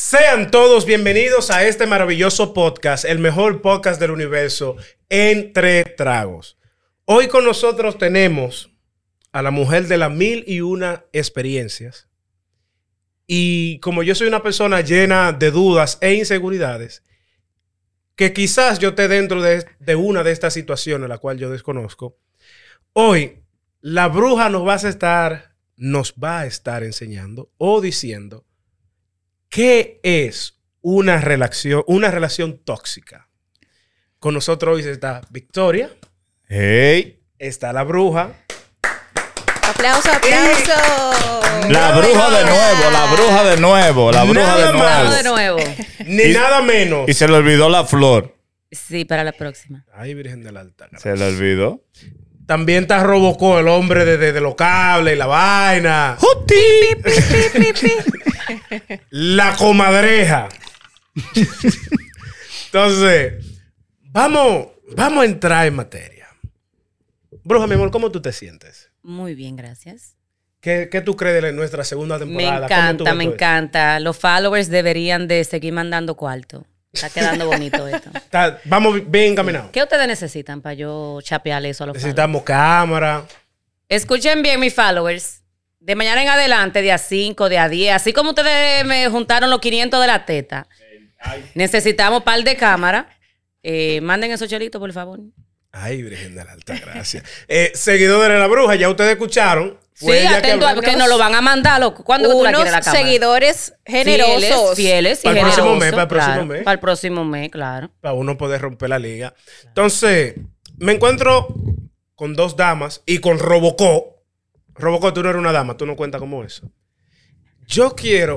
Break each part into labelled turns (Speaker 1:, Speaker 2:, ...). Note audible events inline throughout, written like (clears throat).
Speaker 1: Sean todos bienvenidos a este maravilloso podcast, el mejor podcast del universo, Entre Tragos. Hoy con nosotros tenemos a la mujer de las mil y una experiencias. Y como yo soy una persona llena de dudas e inseguridades, que quizás yo esté dentro de, de una de estas situaciones, la cual yo desconozco, hoy la bruja nos va a estar, nos va a estar enseñando o diciendo ¿Qué es una relación, una relación tóxica? Con nosotros hoy está Victoria,
Speaker 2: ¡Hey!
Speaker 1: está la bruja.
Speaker 3: Aplauso, aplauso.
Speaker 2: La
Speaker 3: Muy
Speaker 2: bruja de
Speaker 3: buena.
Speaker 2: nuevo, la bruja de nuevo, la bruja
Speaker 1: Nada
Speaker 2: de
Speaker 3: La bruja de
Speaker 2: nuevo.
Speaker 3: nuevo.
Speaker 1: Ni
Speaker 2: Y-
Speaker 1: nada menos.
Speaker 2: Y se le olvidó la flor.
Speaker 3: Sí, para la próxima.
Speaker 1: Ay, Virgen del Altar.
Speaker 2: Se le olvidó.
Speaker 1: También está Robocó, el hombre de, de- de los cables y la vaina. La comadreja. Entonces, vamos, vamos a entrar en materia. Bruja, mi amor, ¿cómo tú te sientes?
Speaker 3: Muy bien, gracias.
Speaker 1: ¿Qué, qué tú crees de nuestra segunda
Speaker 3: Me
Speaker 1: temporada? ¿Cómo tú
Speaker 3: encanta,
Speaker 1: ves
Speaker 3: me
Speaker 1: todo esto?
Speaker 3: encanta. Los followers deberían de seguir mandando cuarto. Está
Speaker 1: (laughs)
Speaker 3: quedando bonito esto.
Speaker 1: Está- vamos bien encaminados.
Speaker 3: ¿Qué ustedes necesitan para yo chapearle eso a los followers?
Speaker 1: Necesitamos cámara.
Speaker 3: Escuchen bien, mis followers. De mañana en adelante, de a 5, de a 10, así como ustedes me juntaron los 500 de la teta, necesitamos par de cámaras. Eh, manden esos chelitos, por favor.
Speaker 1: Ay, Virgen de la Alta Gracia. (laughs) Eh, seguidores de la bruja, ya ustedes escucharon. Fue
Speaker 3: Sí,
Speaker 1: ella que
Speaker 3: atento, a-
Speaker 1: habló.
Speaker 3: porque nos lo van a mandar, loco. ¿Cuándo que tú la
Speaker 4: unos
Speaker 3: quieres la cámara?
Speaker 4: seguidores
Speaker 3: Fieles,
Speaker 4: generosos.
Speaker 3: fieles y
Speaker 1: Para el próximo
Speaker 3: generosos,
Speaker 1: mes, para el próximo
Speaker 3: claro.
Speaker 1: mes.
Speaker 3: Para el próximo mes, claro.
Speaker 1: Para uno poder romper la liga. Entonces, me encuentro con dos damas y con Robocó. Robocó, tú no eres una dama, tú no cuentas como eso. Yo quiero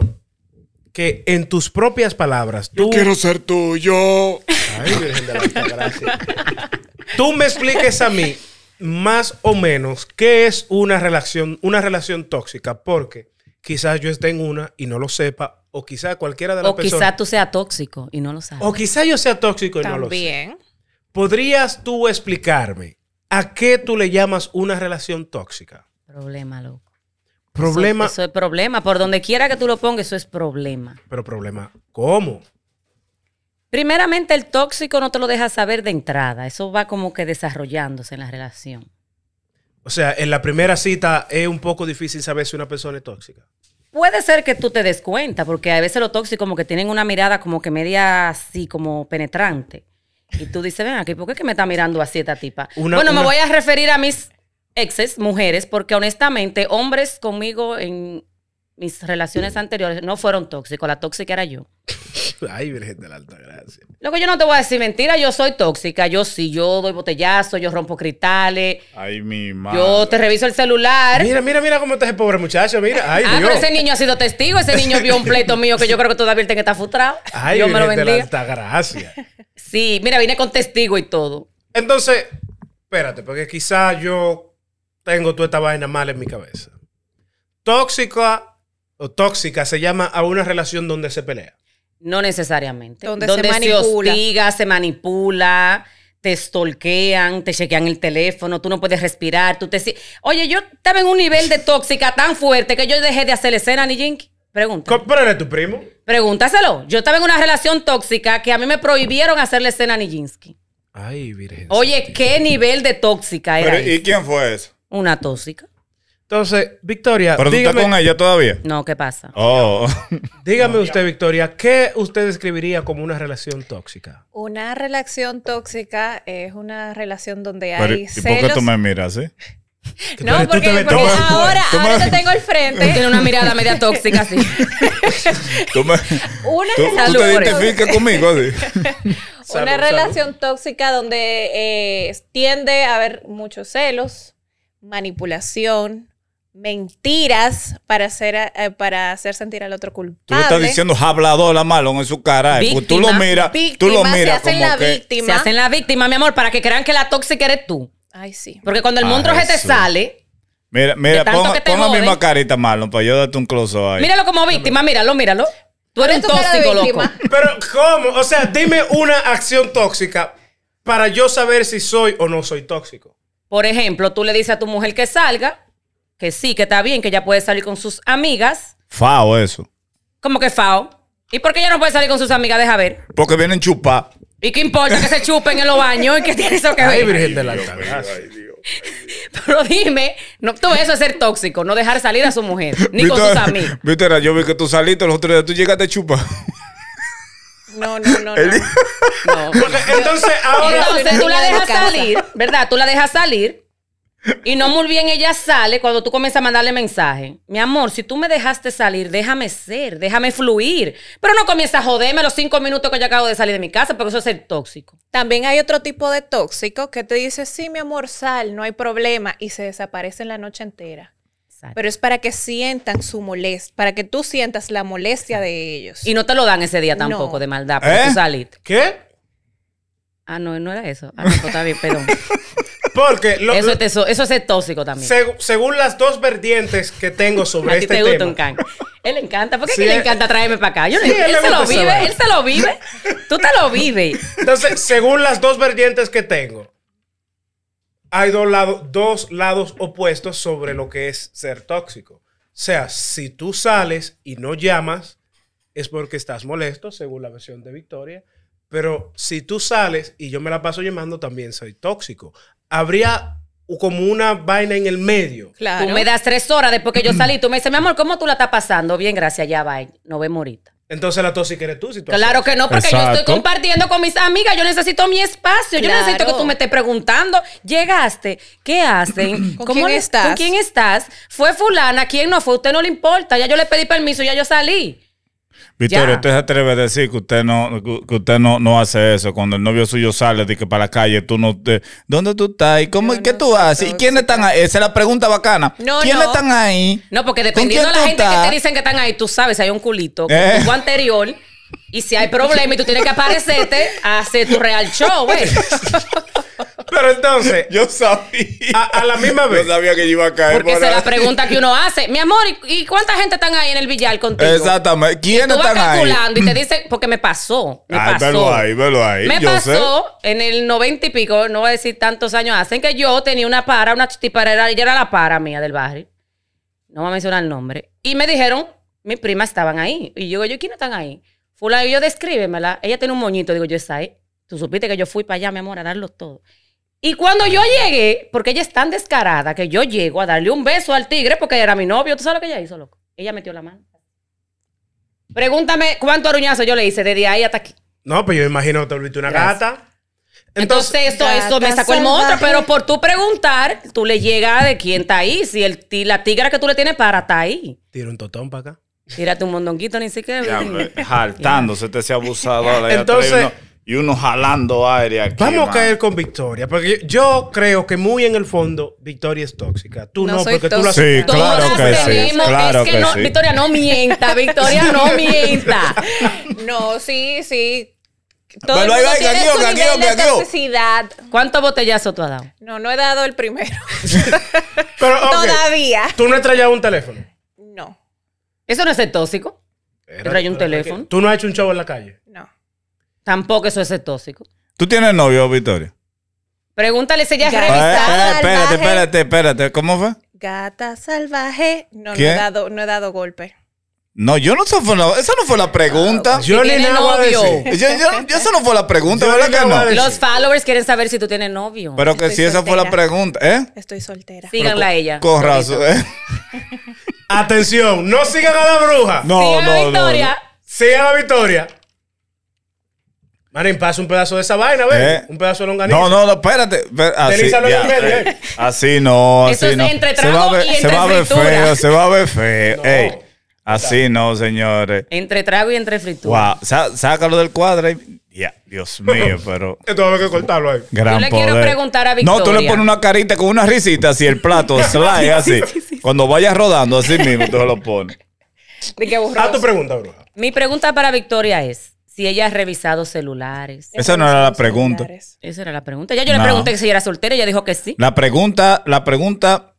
Speaker 1: que en tus propias palabras, tú,
Speaker 5: ser tuyo.
Speaker 1: Ay, Virgen de la Altagracia. Tú me expliques a mí más o menos qué es una relación, una relación tóxica, porque quizás yo esté en una y no lo sepa, o quizás cualquiera de las
Speaker 3: O
Speaker 1: personas.
Speaker 3: quizás tú seas tóxico y no lo sabes.
Speaker 1: O quizás yo sea tóxico y no lo sé.
Speaker 4: También.
Speaker 1: ¿Podrías tú explicarme a qué tú le llamas una relación tóxica?
Speaker 3: Problema, loco.
Speaker 1: Problema,
Speaker 3: Eso, eso es problema. Por donde quiera que tú lo pongas, eso es problema.
Speaker 1: pero problema, ¿cómo?
Speaker 3: Primeramente, el tóxico no te lo deja saber de entrada. Eso va como que desarrollándose en la relación.
Speaker 1: O sea, en la primera cita es un poco difícil saber si una persona es tóxica. (laughs)
Speaker 3: Puede ser que tú te des cuenta, porque a veces los tóxicos como que tienen una mirada como que media así, como penetrante. Y tú dices, ven aquí, ¿por qué es que me está mirando así esta tipa?
Speaker 1: Una-
Speaker 3: bueno,
Speaker 1: una-
Speaker 3: me voy a referir a mis exes, mujeres, porque honestamente, hombres conmigo en mis relaciones anteriores no fueron tóxicos. La tóxica era yo.
Speaker 1: Ay, Virgen de la Altagracia.
Speaker 3: Lo que yo no te voy a decir mentira, yo soy tóxica. Yo sí, yo doy botellazo, yo rompo cristales,
Speaker 2: Ay, mi madre.
Speaker 3: yo te reviso el celular.
Speaker 1: Mira, mira, mira cómo está ese pobre muchacho, mira. Ay,
Speaker 3: ah,
Speaker 1: Dios.
Speaker 3: pero ese niño ha sido testigo, ese niño vio un
Speaker 1: (laughs)
Speaker 3: pleito mío que yo creo que todavía él tiene que estar frustrado.
Speaker 1: Ay,
Speaker 3: Dios me lo
Speaker 1: Virgen de la
Speaker 3: bendiga.
Speaker 1: alta gracia.
Speaker 3: Sí, mira, vine con testigo y todo.
Speaker 1: Entonces, espérate, porque quizás yo tengo toda esta vaina mal en mi cabeza. Tóxica o tóxica se llama a una relación donde se pelea.
Speaker 3: No necesariamente.
Speaker 4: Donde se
Speaker 3: se,
Speaker 4: manipula.
Speaker 3: hostiga, se manipula, te estolquean, te chequean el teléfono, tú no puedes respirar, tú te... si- Oye, yo estaba en un nivel de tóxica tan fuerte que yo dejé de hacer escena, ni Jinky. Pregunta.
Speaker 1: Co- Pero eres tu primo.
Speaker 3: Pregúntaselo. Yo estaba en una relación tóxica que a mí me prohibieron hacerle escena a Nijinsky.
Speaker 1: Ay, Virgen.
Speaker 3: Oye, ¿qué nivel de tóxica era?
Speaker 2: Pero, ¿Y
Speaker 3: esa?
Speaker 2: quién fue eso?
Speaker 3: Una tóxica.
Speaker 1: Entonces, Victoria,
Speaker 2: Pero tú estás
Speaker 1: dígame,
Speaker 2: con ella todavía.
Speaker 3: No, ¿qué pasa?
Speaker 2: Oh.
Speaker 1: dígame usted, Victoria, ¿qué usted describiría como una relación tóxica?
Speaker 4: Una relación tóxica es una relación donde
Speaker 2: (laughs) Pero,
Speaker 4: hay
Speaker 2: ¿Y por qué
Speaker 4: celos.
Speaker 2: tú me miras, eh?
Speaker 1: Que
Speaker 4: No,
Speaker 1: tú- tú te
Speaker 4: porque,
Speaker 1: ves
Speaker 4: porque
Speaker 2: tú me-
Speaker 4: ahora,
Speaker 2: tú me-
Speaker 4: ahora te tengo el frente.
Speaker 3: Tiene una mirada media (laughs) tóxica, sí.
Speaker 2: Tú,
Speaker 3: (laughs)
Speaker 2: me,
Speaker 4: Una
Speaker 2: tú, tú te
Speaker 3: Salud,
Speaker 2: identificas conmigo, así.
Speaker 1: Salud,
Speaker 4: una
Speaker 1: salud.
Speaker 4: relación tóxica donde eh, tiende a haber muchos celos, manipulación, mentiras para hacer, a- eh, para hacer sentir al otro culpable.
Speaker 2: Tú le estás diciendo habladora malo en su cara. eh, porque tú lo
Speaker 3: Víctima,
Speaker 2: miras, tú lo
Speaker 4: Víctimas, se
Speaker 2: miras
Speaker 4: hacen
Speaker 2: como
Speaker 4: la
Speaker 2: que.
Speaker 4: víctima.
Speaker 3: Se hacen la víctima, mi amor, para que crean que la tóxica eres tú.
Speaker 4: Ay, sí.
Speaker 3: Porque cuando el
Speaker 2: Ah,
Speaker 3: monstruo se te
Speaker 2: eso.
Speaker 3: sale,
Speaker 2: Mira, mira,
Speaker 3: De tanto
Speaker 2: pon,
Speaker 3: que te
Speaker 2: pon la
Speaker 3: joden.
Speaker 2: misma carita, Marlon, para yo darte un close ahí.
Speaker 3: míralo como víctima, míralo, míralo. Tú eres un
Speaker 4: Pon tu cara de
Speaker 3: tóxico, loco.
Speaker 4: víctima.
Speaker 1: Pero, ¿cómo? O sea, dime una acción tóxica para yo saber si soy o no soy tóxico.
Speaker 3: Por ejemplo, tú le dices a tu mujer que salga, que sí, que está bien, que ya puede salir con sus amigas,
Speaker 2: Fao, eso.
Speaker 3: como que fao. ¿Y por qué ella no puede salir con sus amigas? Deja ver.
Speaker 2: Porque vienen chupa.
Speaker 3: ¿Y qué importa que se chupen en los baños? ¿Y qué tiene eso que
Speaker 1: Ay,
Speaker 3: ver?
Speaker 1: Virgen de la
Speaker 5: Dios mío,
Speaker 1: Altagracia.
Speaker 5: ay, Dios.
Speaker 3: Pero dime, no, todo eso es ser tóxico, no dejar salir a su mujer, ni con sus (laughs) amigos.
Speaker 2: Víctor, yo vi que tú saliste los otros días, tú llegaste chupa.
Speaker 4: No, no, no. no.
Speaker 3: No.
Speaker 1: Porque entonces ahora.
Speaker 3: Entonces
Speaker 4: Ahora-
Speaker 3: tú la
Speaker 4: Niña de
Speaker 3: dejas
Speaker 4: casa.
Speaker 3: salir, ¿verdad? Tú la dejas salir. Y no muy bien ella sale cuando tú comienzas a mandarle mensaje. Mi amor, si tú me dejaste salir, déjame ser, déjame fluir. Pero no comienzas a joderme los cinco minutos que yo acabo de salir de mi casa, porque eso es ser tóxico.
Speaker 4: También hay otro tipo de tóxico que te dice, sí, mi amor, sal, no hay problema, y se desaparecen la noche entera. Pero es para que sientan su molestia, para que tú sientas la molestia de ellos.
Speaker 3: y no te lo dan ese día tampoco
Speaker 4: No.
Speaker 3: de maldad, porque
Speaker 2: ¿Eh?
Speaker 3: tú saliste.
Speaker 1: ¿Qué?
Speaker 3: Ah, no, no era eso. Ah, no, pues está bien, perdón.
Speaker 1: Porque (laughs) lo-
Speaker 3: eso,
Speaker 1: lo-
Speaker 3: es teso- eso es ser tóxico también.
Speaker 1: seg- según las dos vertientes que tengo sobre
Speaker 3: (laughs) a ti
Speaker 1: este
Speaker 3: te
Speaker 1: tema.
Speaker 3: gusta un can. Él le encanta. ¿Por qué
Speaker 1: Sí,
Speaker 3: que le
Speaker 1: él-
Speaker 3: encanta traerme para acá? Yo
Speaker 1: Sí,
Speaker 3: le-
Speaker 1: él
Speaker 3: él,
Speaker 1: le
Speaker 3: se lo
Speaker 1: gusta esa
Speaker 3: vive,
Speaker 1: vaina.
Speaker 3: él se lo vive. Tú te lo vives.
Speaker 1: Entonces, según las dos vertientes que tengo, hay dos, lado- dos lados opuestos sobre lo que es ser tóxico. O sea, si tú sales y no llamas, es porque estás molesto, según la versión de Victoria. Pero si tú sales y yo me la paso llamando, también soy tóxico. Habría como una vaina en el medio.
Speaker 4: Claro.
Speaker 3: Tú me das tres horas después que yo salí. Tú me dices, mi amor, ¿cómo tú la estás pasando? Bien, gracias, ya va. eh. Nos vemos ahorita.
Speaker 1: Entonces la tóxica eres tú. Si tú
Speaker 3: Claro que no, porque yo estoy
Speaker 2: Exacto.
Speaker 3: compartiendo con mis amigas. Yo necesito mi espacio. Yo
Speaker 4: Claro.
Speaker 3: necesito que tú me estés preguntando. ¿Llegaste? ¿Qué hacen?
Speaker 4: ¿Con quién
Speaker 3: le-
Speaker 4: estás?
Speaker 3: ¿Con quién estás? ¿Fue fulana? ¿Quién no fue? Usted no le importa. Ya yo le pedí permiso, ya yo salí.
Speaker 2: (laughs) Víctor,
Speaker 3: Ya.
Speaker 2: usted se atreve a decir que usted no, que usted no, no hace eso. Cuando el novio suyo sale de que para la calle, tú no te. ¿Dónde tú estás? ¿Y cómo,
Speaker 4: Yo
Speaker 2: qué
Speaker 4: no
Speaker 2: tú
Speaker 4: soy
Speaker 2: haces? ¿Y quiénes están ahí? Esa es la pregunta bacana.
Speaker 4: No,
Speaker 2: ¿Quiénes
Speaker 4: no.
Speaker 2: están ahí?
Speaker 3: No, porque
Speaker 2: ¿Con
Speaker 3: dependiendo
Speaker 2: quién
Speaker 3: de la
Speaker 2: tú
Speaker 3: gente
Speaker 2: estás?
Speaker 3: que te dicen que están ahí, tú sabes si hay un culito con
Speaker 2: Eh.
Speaker 3: tu anterior. Y si hay problema y tú tienes que aparecerte a hacer tu real show, güey.
Speaker 1: Pero entonces,
Speaker 2: Yo
Speaker 3: (laughs)
Speaker 2: sabía.
Speaker 1: a, a la misma vez.
Speaker 2: Yo sabía que yo iba a caer.
Speaker 3: Ah, Porque
Speaker 2: por
Speaker 3: esa es
Speaker 2: ahí.
Speaker 3: la pregunta que uno hace. Mi amor, ¿y, y cuánta gente están ahí en el
Speaker 2: (laughs)
Speaker 3: billar contigo?
Speaker 2: Exactamente.
Speaker 3: Tú
Speaker 2: ¿Quiénes
Speaker 3: vas
Speaker 2: están ahí? Ah,
Speaker 3: calculando y te dicen, porque me pasó. Me
Speaker 2: Ay,
Speaker 3: pasó.
Speaker 2: velo ahí, velo ahí.
Speaker 3: Me
Speaker 2: yo sé.
Speaker 3: pasó en el noventa y pico, no voy a decir tantos años hacen que yo tenía una para, una tiparera, ella era la para mía del barrio. No voy a mencionar el nombre. Y me dijeron, mis primas estaban ahí. Y yo, yo ¿quiénes están ahí? Fulano, y yo, descríbemela. Ella tiene un moñito. Digo, yo, esa ahí. Tú supiste que yo fui para allá, mi amor, a darlo todo. Y cuando yo llegué, porque ella es tan descarada que yo llego a darle un beso al tigre porque era mi novio. ¿Tú sabes lo que ella hizo, loco? Ella metió la mano. Pregúntame cuánto aruñazo yo le hice desde ahí hasta aquí.
Speaker 1: No, pues yo imagino que te volviste una
Speaker 3: Gracias.
Speaker 1: gata. Entonces,
Speaker 3: Entonces, esto,
Speaker 4: Gata
Speaker 3: esto me sacó el monstruo,
Speaker 4: salvaje.
Speaker 3: pero por tú preguntar, tú le llegas de quién está ahí. Si el, ti- la tigra que tú le tienes para está ahí.
Speaker 1: tira un totón para acá.
Speaker 3: Tírate un mondonguito, ni siquiera. (laughs)
Speaker 2: Ya, hombre, Jaltándose este ese abusador. allá
Speaker 1: Entonces-
Speaker 2: atrás, y uno, y uno jalando aire aquí.
Speaker 1: Vamos a
Speaker 2: man.
Speaker 1: caer con Victoria, porque yo creo que muy en el fondo Victoria es tóxica. Tú no,
Speaker 4: No soy
Speaker 1: porque tú la
Speaker 2: Sí,
Speaker 3: Todas
Speaker 2: claro que sí.
Speaker 3: tenemos-
Speaker 2: Claro
Speaker 3: es que,
Speaker 2: que
Speaker 3: no,
Speaker 2: sí.
Speaker 3: Victoria, no
Speaker 4: (laughs)
Speaker 3: mienta, Victoria, no mienta.
Speaker 4: No, sí, sí. Todo
Speaker 2: Pero
Speaker 4: el
Speaker 2: ahí
Speaker 4: mundo
Speaker 2: va,
Speaker 4: tiene
Speaker 2: gagueo,
Speaker 4: su nivel
Speaker 2: gagueo,
Speaker 4: de
Speaker 2: gagueo.
Speaker 4: toxicidad.
Speaker 3: ¿Cuántos botellazos tú has dado?
Speaker 4: No, no he dado
Speaker 2: (laughs)
Speaker 4: el primero.
Speaker 1: Pero, ok,
Speaker 4: Todavía.
Speaker 1: Tú no has trayado un teléfono.
Speaker 4: No,
Speaker 3: Eso no es ser tóxico. Trae un teléfono.
Speaker 1: Tú no has hecho un show en la calle.
Speaker 4: no.
Speaker 3: Tampoco eso es ser tóxico.
Speaker 2: ¿Tú tienes novio, Victoria?
Speaker 3: Pregúntale si ella es
Speaker 4: Ya.
Speaker 2: Eh,
Speaker 3: revisada.
Speaker 2: eh,
Speaker 4: salvaje.
Speaker 2: espérate, espérate, espérate. ¿Cómo fue?
Speaker 4: Gata salvaje. No, no
Speaker 2: ¿Qué?
Speaker 4: he dado, no he dado golpe.
Speaker 2: No, yo no sé, fue la- esa no fue la pregunta. Yo,
Speaker 1: Yo ni
Speaker 3: tiene
Speaker 1: nada voy a
Speaker 3: novio.
Speaker 1: decir.
Speaker 3: (laughs)
Speaker 2: yo, yo- esa no fue la pregunta,
Speaker 1: Yo
Speaker 2: ¿verdad
Speaker 1: le
Speaker 2: que
Speaker 1: voy a
Speaker 2: no?
Speaker 1: decir-
Speaker 3: Los followers quieren saber si tú tienes novio.
Speaker 2: Pero que
Speaker 4: Estoy
Speaker 2: si esa fue la
Speaker 4: soltera.
Speaker 2: pregunta, ¿eh?
Speaker 4: Estoy soltera.
Speaker 3: Síganla a ella.
Speaker 2: Con razón. ¿eh?
Speaker 1: Atención, no sigan a la bruja.
Speaker 2: No,
Speaker 3: Sigan a
Speaker 2: no, no,
Speaker 3: Victoria.
Speaker 1: Sigan a Victoria. Marín, pasa un pedazo de esa vaina, ¿ves?
Speaker 2: Eh.
Speaker 1: Un pedazo de longaniza.
Speaker 2: No, no, no, espérate. espérate, Así,
Speaker 1: Delízalo en
Speaker 2: ya,
Speaker 1: el medio,
Speaker 2: eh.
Speaker 1: eh.
Speaker 2: así no,
Speaker 3: Eso
Speaker 2: así
Speaker 3: es
Speaker 2: no.
Speaker 3: entre
Speaker 2: se va a
Speaker 3: trago
Speaker 2: ver,
Speaker 3: y
Speaker 2: se va a ver
Speaker 3: entre fritura.
Speaker 2: feo, se va a ver feo.
Speaker 1: No.
Speaker 2: Ey, así no, señores.
Speaker 3: Entre trago y entre fritura.
Speaker 2: Wow, sa- sácalo del cuadro. y- Ya,
Speaker 1: (laughs)
Speaker 2: Dios mío, pero
Speaker 1: Esto va a haber que cortarlo ahí.
Speaker 2: gran
Speaker 3: Yo le quiero
Speaker 2: poder.
Speaker 3: preguntar a
Speaker 2: No, tú le
Speaker 3: Victoria.
Speaker 2: pones una carita con una risita así, el
Speaker 3: (laughs)
Speaker 2: plato slide así. Cuando vayas rodando así mismo, tú se lo pones.
Speaker 4: De que
Speaker 2: Ah,
Speaker 1: Haz tu
Speaker 4: borroso.
Speaker 1: pregunta, bruja.
Speaker 3: Mi pregunta para Victoria es si ella ha revisado celulares.
Speaker 2: Esa no era la pregunta.
Speaker 4: Celulares.
Speaker 3: Esa era la pregunta. Ya yo le
Speaker 2: No.
Speaker 3: pregunté si era soltera, ella dijo que sí.
Speaker 2: La pregunta, la pregunta,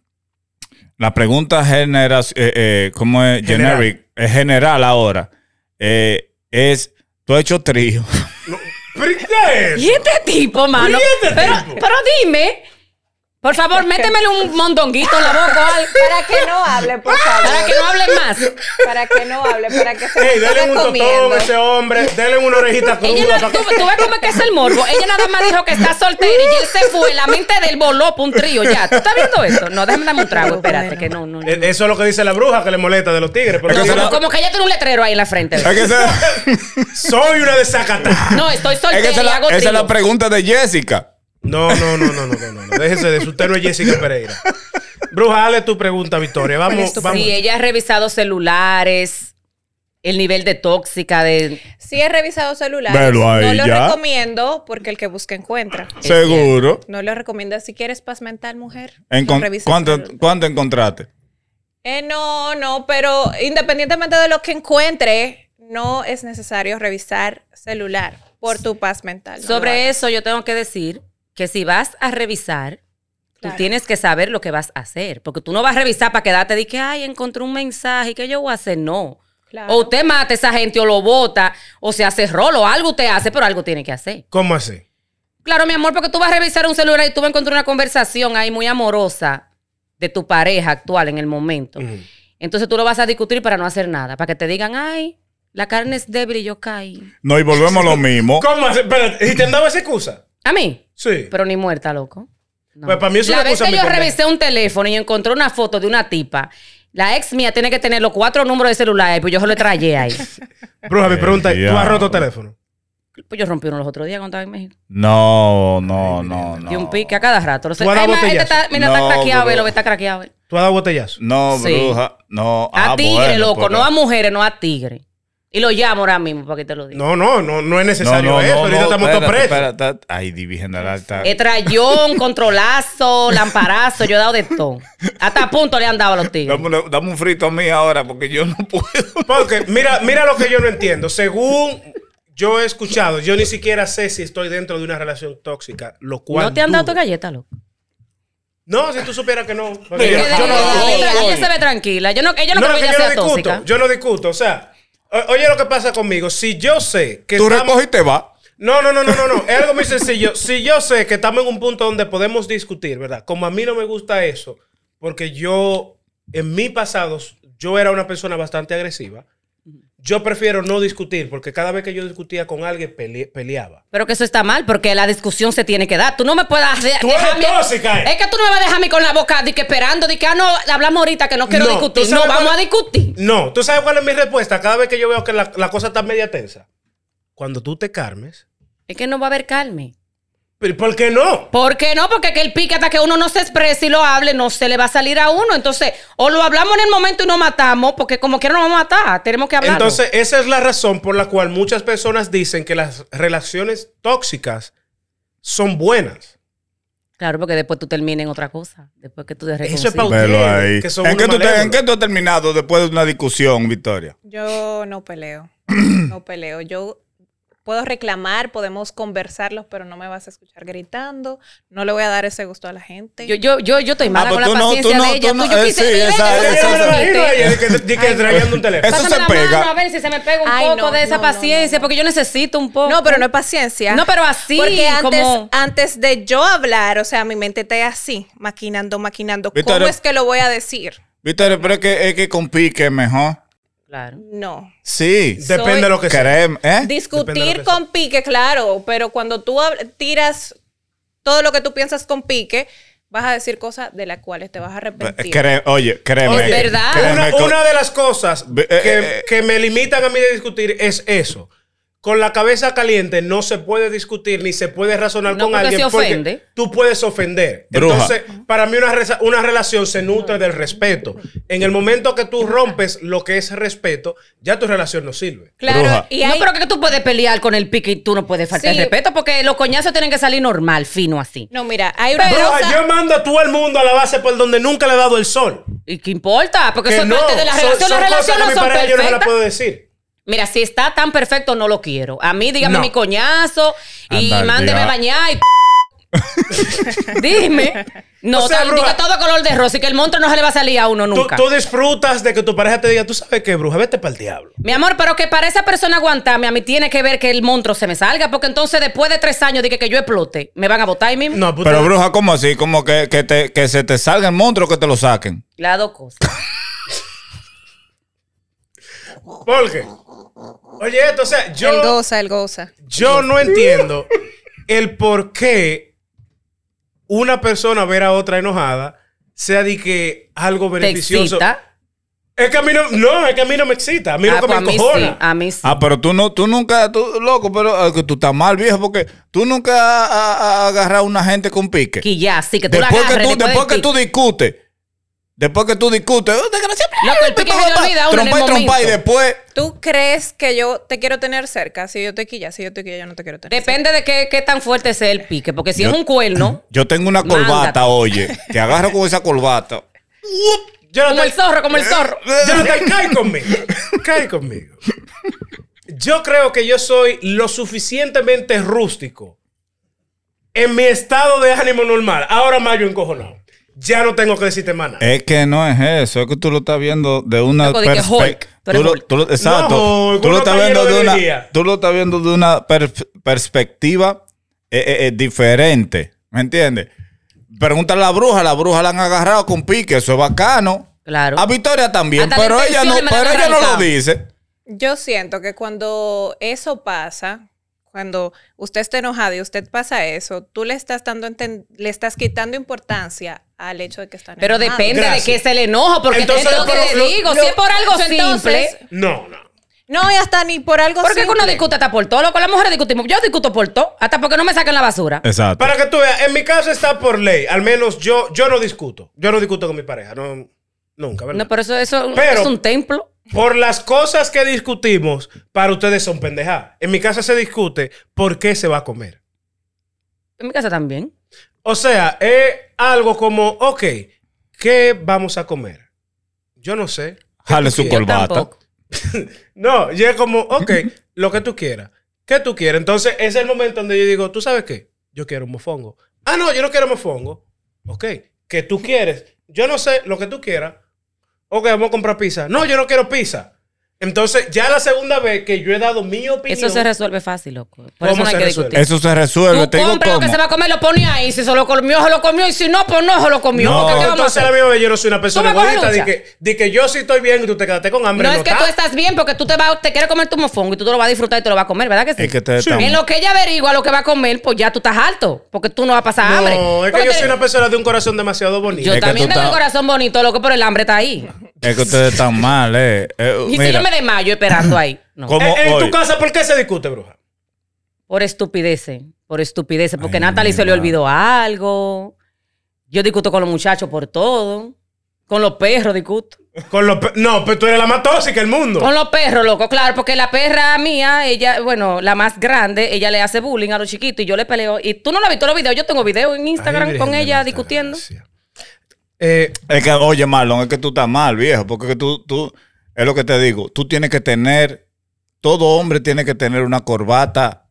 Speaker 2: la pregunta genera, eh, eh, ¿cómo es?
Speaker 1: General.
Speaker 2: Generic, es general ahora. Eh, es, tú has hecho trío. (laughs)
Speaker 1: No, ¿Pero qué es?
Speaker 3: ¿Y este tipo, mano?
Speaker 1: ¿Y este
Speaker 3: pero,
Speaker 1: tipo?
Speaker 3: pero dime, Por favor, métemele un mondonguito en la boca o algo.
Speaker 4: Para que no hable, por favor.
Speaker 3: Para que no hablen más.
Speaker 4: Para que no hable, para que se
Speaker 1: Ey, denle
Speaker 4: lo
Speaker 1: un
Speaker 4: siga
Speaker 1: totón
Speaker 4: comiendo.
Speaker 1: a ese hombre. Denle una orejita cruda.
Speaker 3: Ella no,
Speaker 1: pa'
Speaker 3: tú,
Speaker 1: que-
Speaker 3: tú ves cómo es que es el morbo. Ella nada más dijo que está soltera y él se fue. La mente del voló por un trío ya. ¿Tú estás viendo esto? No, déjame darme un trago. Espérate, que no, no. no.
Speaker 1: Eh, Eso es lo que dice la bruja que le molesta de los tigres. pero
Speaker 2: Es que
Speaker 1: dice,
Speaker 2: se
Speaker 3: Como,
Speaker 2: la-
Speaker 3: como que ella tiene un letrero ahí en la frente.
Speaker 2: Es que esa
Speaker 1: Soy una desacatada.
Speaker 3: No, estoy
Speaker 2: es, que
Speaker 3: soltera
Speaker 2: esa es
Speaker 3: y
Speaker 2: la,
Speaker 3: hago
Speaker 2: esa es la
Speaker 3: trío.
Speaker 2: pregunta de Jessica.
Speaker 1: No, no, no, no, no, no, no, no. Déjese de eso. Usted no es Jessica Pereira. Bruja, dale tu pregunta, Victoria. Vamos,
Speaker 4: tu
Speaker 1: vamos.
Speaker 3: Sí, ella ha revisado celulares, el nivel de tóxica de...
Speaker 4: Sí he revisado celulares.
Speaker 2: Velo ahí,
Speaker 4: no lo
Speaker 2: ya.
Speaker 4: recomiendo porque el que busca encuentra.
Speaker 2: Seguro.
Speaker 4: No lo recomiendo. Si quieres paz mental, mujer.
Speaker 2: Encon-
Speaker 4: no revises
Speaker 2: ¿cuánto,
Speaker 4: celular.
Speaker 2: cuánto encontraste?
Speaker 4: Eh, no, no, pero independientemente de lo que encuentre, no es necesario revisar celular por tu paz mental.
Speaker 3: Sobre eso yo tengo que decir que si vas a revisar,
Speaker 4: Claro.
Speaker 3: tú tienes que saber lo que vas a hacer. Porque tú no vas a revisar para quedarte de que, ay, encontré un mensaje, que yo voy a hacer? No.
Speaker 4: Claro.
Speaker 3: O usted mata a esa gente o lo bota, o se hace rolo, algo usted hace, pero algo tiene que hacer.
Speaker 1: ¿Cómo así?
Speaker 3: Claro, mi amor, porque tú vas a revisar un celular y tú vas a encontrar una conversación ahí muy amorosa de tu pareja actual en el momento.
Speaker 1: Ujú.
Speaker 3: Entonces tú lo vas a discutir para no hacer nada, para que te digan, ay, la carne es débil y yo caí.
Speaker 2: No, y volvemos a lo mismo.
Speaker 1: ¿Cómo así? Espérate, ¿y te han dado esa excusa?
Speaker 3: A mí,
Speaker 1: Sí.
Speaker 3: pero ni muerta, loco. No.
Speaker 1: Pues para mí es
Speaker 3: la
Speaker 1: una
Speaker 3: vez
Speaker 1: cosa
Speaker 3: que
Speaker 1: muy
Speaker 3: yo
Speaker 1: pendeja.
Speaker 3: revisé un teléfono y encontré una foto de una tipa, la ex mía tiene que tener los cuatro números de celular y pues yo se lo trayé ahí.
Speaker 1: Bruja, mi pregunta es, ¿tú has
Speaker 2: Eh, Diablo.
Speaker 1: roto teléfono?
Speaker 3: (laughs) pues yo rompí uno los otros días cuando estaba en México.
Speaker 2: No, no, no, no.
Speaker 3: Y un pique a cada rato. Lo sé.
Speaker 1: Tú has dado
Speaker 3: Ay, ma, este
Speaker 1: botellazo.
Speaker 3: está, mira, está
Speaker 2: No,
Speaker 3: craqueado,
Speaker 2: bro.
Speaker 3: ve, lo ve, está craqueado. ve.
Speaker 1: ¿Tú has dado botellazo?
Speaker 2: No,
Speaker 3: Sí.
Speaker 2: bruja. No.
Speaker 3: A
Speaker 2: ah,
Speaker 3: tigre,
Speaker 2: bueno,
Speaker 3: loco,
Speaker 2: porque-
Speaker 3: no a mujeres, no a tigre. Y lo llamo ahora mismo para que te lo diga.
Speaker 1: No, no, no, no es necesario eso. Ahorita estamos todos
Speaker 2: espérate,
Speaker 1: presos.
Speaker 2: espérate, espérate. Ay, Divi General está.
Speaker 1: (laughs)
Speaker 3: He trayón, controlazo, lamparazo, yo he dado de todo. Hasta punto le han dado a los tigres.
Speaker 2: Dame, una- dame un frito a mí ahora porque yo no puedo.
Speaker 1: Porque mira, mira lo que yo no entiendo. Según yo he escuchado, yo ni siquiera sé si estoy dentro de una relación tóxica, lo cual.
Speaker 3: No te han dado tu
Speaker 1: dudo.
Speaker 3: galleta, loco.
Speaker 1: No, si tú supieras que no. Porque
Speaker 3: Que
Speaker 1: Yo,
Speaker 3: de-
Speaker 1: yo no,
Speaker 3: ella-
Speaker 1: no,
Speaker 3: ella, ella se ve tranquila. Yo no, ella no
Speaker 1: no,
Speaker 3: creo
Speaker 1: que
Speaker 3: que
Speaker 1: yo
Speaker 3: ella
Speaker 1: no
Speaker 3: sea
Speaker 1: discuto.
Speaker 3: tóxica.
Speaker 1: Yo no discuto. O sea, o- oye lo que pasa conmigo. Si yo sé que
Speaker 2: Tú
Speaker 1: estamos-
Speaker 2: recoges y te vas.
Speaker 1: No, no, no, no, no, no. Es algo muy sencillo. Si yo sé que estamos en un punto donde podemos discutir, ¿verdad? Como a mí no me gusta eso, porque yo, en mi pasado, yo era una persona bastante agresiva. Yo prefiero no discutir, porque cada vez que yo discutía con alguien, pele- peleaba.
Speaker 3: Pero que eso está mal, porque la discusión se tiene que dar. Tú no me puedes de-
Speaker 1: Tú eres
Speaker 3: dejarme-
Speaker 1: tóxica, eh.
Speaker 3: Es que tú no me vas a dejar a mí con la boca de que esperando, de que ah, no, hablamos ahorita que no quiero
Speaker 1: No,
Speaker 3: discutir.
Speaker 1: ¿tú
Speaker 3: No,
Speaker 1: sabes
Speaker 3: vamos
Speaker 1: cuál-
Speaker 3: a discutir.
Speaker 1: No, ¿tú sabes cuál es mi respuesta? Cada vez que yo veo que la, la cosa está media tensa. Cuando tú te carmes,
Speaker 3: Es que no va a haber calme.
Speaker 1: ¿pero ¿por qué no?
Speaker 3: ¿Por qué no? Porque que el pique hasta que uno no se exprese y lo hable, no se le va a salir a uno. Entonces, o lo hablamos en el momento y nos matamos, porque como quiera nos vamos a matar, tenemos que hablar.
Speaker 1: Entonces, esa es la razón por la cual muchas personas dicen que las relaciones tóxicas son buenas.
Speaker 3: Claro, porque después tú terminas en otra cosa. Después que tú te
Speaker 1: Eso es pa'
Speaker 3: reconcilies.
Speaker 1: usted.
Speaker 2: Velo ahí.
Speaker 1: que son
Speaker 2: ¿En, qué
Speaker 1: unos
Speaker 2: tú te- ¿En
Speaker 1: malévolos.
Speaker 2: qué tú has terminado después de una discusión, Victoria?
Speaker 4: Yo no peleo.
Speaker 1: (clears throat)
Speaker 4: No peleo. Yo puedo reclamar, podemos conversarlos, pero no me vas a escuchar gritando. No le voy a dar ese gusto a la gente.
Speaker 3: Yo, yo, yo, yo estoy mala
Speaker 2: Ah,
Speaker 3: con
Speaker 2: pues
Speaker 3: la
Speaker 2: tú no,
Speaker 3: paciencia
Speaker 2: tú no,
Speaker 3: de ella.
Speaker 2: tú no,
Speaker 3: Tú, yo
Speaker 2: eh,
Speaker 3: quise-
Speaker 2: sí,
Speaker 3: mira,
Speaker 2: esa-
Speaker 1: Yo
Speaker 3: eso se
Speaker 1: me
Speaker 2: esa-
Speaker 3: lo
Speaker 1: imagino
Speaker 3: quité.
Speaker 1: a ella de que- de que trayendo un teléfono.
Speaker 2: Eso
Speaker 3: Pásame
Speaker 2: se
Speaker 3: la
Speaker 2: pega.
Speaker 3: mano, a ver si se me pega un
Speaker 4: Ay,
Speaker 3: poco
Speaker 4: no,
Speaker 3: de esa
Speaker 4: no, no,
Speaker 3: paciencia,
Speaker 4: no.
Speaker 3: porque yo necesito un poco.
Speaker 4: No, pero no es paciencia.
Speaker 3: No, pero así,
Speaker 4: Porque antes,
Speaker 3: como-
Speaker 4: antes de yo hablar, o sea, mi mente está así, maquinando, maquinando.
Speaker 2: Victoria-
Speaker 4: ¿Cómo es que lo voy a decir?
Speaker 2: Victoria, pero es que, es que con pique es mejor.
Speaker 3: Claro.
Speaker 4: No.
Speaker 2: Sí.
Speaker 1: Depende
Speaker 4: Soy-
Speaker 1: de lo que sea.
Speaker 2: Créeme,
Speaker 1: Eh,
Speaker 2: ¿eh?
Speaker 1: Depende de lo
Speaker 4: Discutir
Speaker 1: que sea.
Speaker 4: con pique, claro, pero cuando tú hab- tiras todo lo que tú piensas con pique, vas a decir cosas de las cuales te
Speaker 1: Pues,
Speaker 4: vas a arrepentir.
Speaker 2: Cre- Pues, oye, créeme.
Speaker 1: Oye,
Speaker 3: Es verdad.
Speaker 2: créeme
Speaker 1: Una,
Speaker 2: que-
Speaker 1: una de las cosas
Speaker 2: Ve- eh,
Speaker 1: que,
Speaker 2: eh,
Speaker 1: que me limitan a mí de discutir es eso. Con la cabeza caliente no se puede discutir ni se puede razonar
Speaker 3: No,
Speaker 1: con
Speaker 3: porque
Speaker 1: alguien.
Speaker 3: se
Speaker 1: porque
Speaker 3: ofende.
Speaker 1: tú puedes ofender.
Speaker 2: Bruja.
Speaker 1: Entonces, para mí una, reza- una relación se nutre del respeto. En el momento que tú rompes lo que es respeto, ya tu relación no sirve.
Speaker 4: Claro,
Speaker 2: Bruja.
Speaker 4: y
Speaker 3: no,
Speaker 4: hay-
Speaker 3: pero que tú puedes pelear con el pique y tú no puedes faltar
Speaker 4: Sí.
Speaker 3: el respeto, porque los coñazos tienen que salir normal, fino así.
Speaker 4: No, mira, hay una
Speaker 3: Pero-
Speaker 4: cosa-
Speaker 1: Bruja, yo mando a todo el mundo a la base por donde nunca le he dado el sol.
Speaker 3: ¿Y qué importa? Porque
Speaker 1: Que
Speaker 3: eso es parte de la
Speaker 1: son-
Speaker 3: relación.
Speaker 1: son
Speaker 3: Las
Speaker 1: cosas que
Speaker 3: relaciones
Speaker 1: mi
Speaker 3: no son
Speaker 1: pareja yo no se la
Speaker 3: perfectas.
Speaker 1: puedo decir.
Speaker 3: Mira, si está tan perfecto, no lo quiero. A mí, dígame
Speaker 1: No.
Speaker 3: mi coñazo y
Speaker 2: Anda,
Speaker 3: mándeme
Speaker 2: diga.
Speaker 3: bañar y p- Dime. No,
Speaker 1: O sea,
Speaker 3: tan- di
Speaker 1: bruja.
Speaker 3: que todo color de rosa y que el monstruo no se le va a salir a uno
Speaker 1: Tú,
Speaker 3: nunca.
Speaker 1: tú disfrutas de que tu pareja te diga, tú sabes qué, bruja, vete para el diablo.
Speaker 3: Mi amor, pero que para esa persona aguantarme, a mí tiene que ver que el monstruo se me salga, porque entonces después de tres años de que, que yo explote, me van a botar ahí mismo.
Speaker 1: No, puta.
Speaker 2: Pero bruja, ¿cómo así? Como que, que, te- que se te salga el monstruo que te lo saquen.
Speaker 3: Las dos cosas.
Speaker 1: ¿Por qué? Oye, esto, o sea, yo.
Speaker 4: El goza, el goza.
Speaker 1: Yo no entiendo el por qué una persona ver a otra enojada sea de que algo
Speaker 3: ¿Te
Speaker 1: beneficioso.
Speaker 3: excita?
Speaker 1: Es que a mí no, no, es que a mí no me excita. A mí
Speaker 3: Ah,
Speaker 1: lo que
Speaker 3: pues a
Speaker 1: me
Speaker 3: mí sí,
Speaker 1: encojona.
Speaker 3: a mí sí.
Speaker 2: Ah, pero tú no, tú nunca, tú, loco, pero eh, que tú estás mal, viejo, porque tú nunca has has- has agarrado a una gente con pique.
Speaker 3: Que ya, sí, que tú
Speaker 2: Después
Speaker 3: la
Speaker 2: que
Speaker 3: agarres.
Speaker 2: tú, después que
Speaker 3: de
Speaker 2: tú
Speaker 3: ti. discutes.
Speaker 2: discutes. Después que tú discutes. "Oh, desgraciado,
Speaker 3: Loco, el pique se le olvida a uno en el
Speaker 2: Trompa y trompa y
Speaker 3: momento.
Speaker 2: después.
Speaker 4: ¿Tú crees que yo te quiero tener cerca? Si yo te quilla, si yo te quilla, yo no te quiero tener
Speaker 3: Depende de qué, qué tan fuerte sea el pique, porque si
Speaker 2: Yo-
Speaker 3: es un cuerno,
Speaker 2: Yo tengo una
Speaker 3: Mándate.
Speaker 2: corbata, oye. Te agarro con esa corbata.
Speaker 1: Yo no
Speaker 3: como el
Speaker 1: estoy-
Speaker 3: zorro, como el zorro.
Speaker 1: yo no estoy- cae conmigo. Cae conmigo. Yo creo que yo soy lo suficientemente rústico en mi estado de ánimo normal. Ahora más yo encojonado. Ya no tengo que decirte más nada.
Speaker 2: Es que no es eso, es que tú lo estás viendo de una
Speaker 3: Loco, de que Hulk,
Speaker 2: perspectiva.
Speaker 3: tú eres Hulk.
Speaker 2: Exacto.
Speaker 1: No, Hulk,
Speaker 2: tú,
Speaker 1: uno
Speaker 2: lo estás
Speaker 1: está lleno
Speaker 2: viendo de
Speaker 1: de
Speaker 2: una,
Speaker 1: energía.
Speaker 2: tú lo estás viendo de una per- perspectiva eh, eh, eh, diferente. ¿Me entiendes? Pregúntale a la bruja, la bruja la han agarrado con pique, eso es bacano.
Speaker 3: Claro.
Speaker 2: A Victoria también,
Speaker 3: Hasta la
Speaker 2: pero ella no,
Speaker 3: intención me la
Speaker 2: pero
Speaker 3: han
Speaker 2: ella no lo
Speaker 3: arrancado.
Speaker 2: dice.
Speaker 4: Yo siento que cuando eso pasa, cuando usted está enojado y usted pasa eso, tú le estás dando enten- le estás quitando importancia al hecho de que están
Speaker 3: Pero
Speaker 4: enojados.
Speaker 3: depende
Speaker 1: Gracias.
Speaker 3: de qué es el enojo, porque
Speaker 1: Entonces,
Speaker 3: es lo que
Speaker 1: pero
Speaker 3: te
Speaker 1: lo-
Speaker 3: digo,
Speaker 1: lo-
Speaker 3: si es por algo simple.
Speaker 4: Entonces,
Speaker 1: No, no.
Speaker 4: No, y hasta ni por algo
Speaker 3: Porque uno
Speaker 4: simple.
Speaker 3: discute hasta por todo, loco. Las mujeres discutimos. Yo discuto por todo, hasta porque no me saquen la basura.
Speaker 2: Exacto.
Speaker 1: Para que tú veas, en mi caso está por ley. Al menos yo, yo no discuto. Yo no discuto con mi pareja. No, nunca, ¿verdad?
Speaker 3: No, pero eso, eso
Speaker 1: Pero-
Speaker 3: es un templo.
Speaker 1: Por las cosas que discutimos, para ustedes son pendejadas. En mi casa se discute por qué se va a comer.
Speaker 3: En mi casa también.
Speaker 1: O sea, es algo como, ok, ¿qué vamos a comer? Yo no sé. ¿Qué
Speaker 2: Jale
Speaker 1: tú
Speaker 2: su
Speaker 1: quieres?
Speaker 2: col- Corbata.
Speaker 3: Tampoco.
Speaker 1: No, yo es como, ok, lo que tú quieras. ¿Qué tú quieres? Entonces, es el momento donde yo digo, ¿tú sabes qué? Yo quiero un mofongo. Ah, no, yo no quiero mofongo. Ok, ¿qué tú quieres? Yo no sé lo que tú quieras. Ok, vamos a comprar pizza. No, yo no quiero pizza. Entonces, ya la segunda vez que yo he dado mi opinión.
Speaker 3: Eso se resuelve fácil, loco. Por
Speaker 1: ¿Cómo
Speaker 3: eso no hay
Speaker 1: se
Speaker 3: que
Speaker 1: resuelve?
Speaker 3: discutir.
Speaker 2: Eso se resuelve.
Speaker 3: Tú
Speaker 2: Te digo
Speaker 3: compras lo que
Speaker 2: cómo.
Speaker 3: se va a comer, lo pones ahí. Si se lo comió, se lo comió. Y si no, pues no se lo comió.
Speaker 2: No,
Speaker 3: Porque ¿qué vamos a
Speaker 1: Entonces,
Speaker 3: hacer?
Speaker 1: la misma vez yo no soy una persona
Speaker 3: Tú me coges
Speaker 1: egoísta. Di
Speaker 3: lucha.
Speaker 1: que, di que yo sí estoy bien y tú te quedaste con hambre.
Speaker 3: No es que
Speaker 1: está.
Speaker 3: tú estás bien porque tú te, vas, te quieres comer tu mofongo y tú te lo vas a disfrutar y te lo vas a comer, ¿verdad que sí?
Speaker 2: Es que te-
Speaker 3: En lo que ella averigua lo que va a comer, pues ya tú estás alto porque tú no vas a pasar hambre.
Speaker 1: No, es que
Speaker 3: Porque
Speaker 1: yo
Speaker 3: te-
Speaker 1: soy una persona de un corazón demasiado bonito.
Speaker 3: Yo
Speaker 2: Es que
Speaker 3: también
Speaker 2: tú
Speaker 3: tengo el
Speaker 2: estás-
Speaker 3: corazón bonito, loco, pero el hambre está ahí.
Speaker 2: Es que ustedes están mal, eh. Eh,
Speaker 3: (laughs) Y si
Speaker 2: mira,
Speaker 3: yo me desmayo esperando ahí.
Speaker 2: (laughs)
Speaker 3: No.
Speaker 2: ¿Cómo?
Speaker 1: Eh, en tu
Speaker 2: Oye.
Speaker 1: casa, ¿por qué se discute, bruja?
Speaker 3: Por estupideces, por estupideces, porque
Speaker 2: Ay,
Speaker 3: Natalie
Speaker 2: mi
Speaker 3: se le
Speaker 2: madre.
Speaker 3: olvidó algo. Yo discuto con los muchachos por todo. Con los perros discuto.
Speaker 1: Con los pe- no, pero tú eres la más tóxica del mundo.
Speaker 3: Con los perros, loco, claro, porque la perra mía, ella, bueno, la más grande, ella le hace bullying a los chiquitos y yo le peleo. Y tú no la has visto los videos, yo tengo videos en Instagram
Speaker 1: Ay,
Speaker 3: con
Speaker 1: Virgen de
Speaker 3: ella
Speaker 1: Alta
Speaker 3: discutiendo.
Speaker 1: Gracia. Eh,
Speaker 2: Es que, oye, Marlon, es que tú estás mal, viejo, porque que tú, tú, es lo que te digo, tú tienes que tener, todo hombre tiene que tener una corbata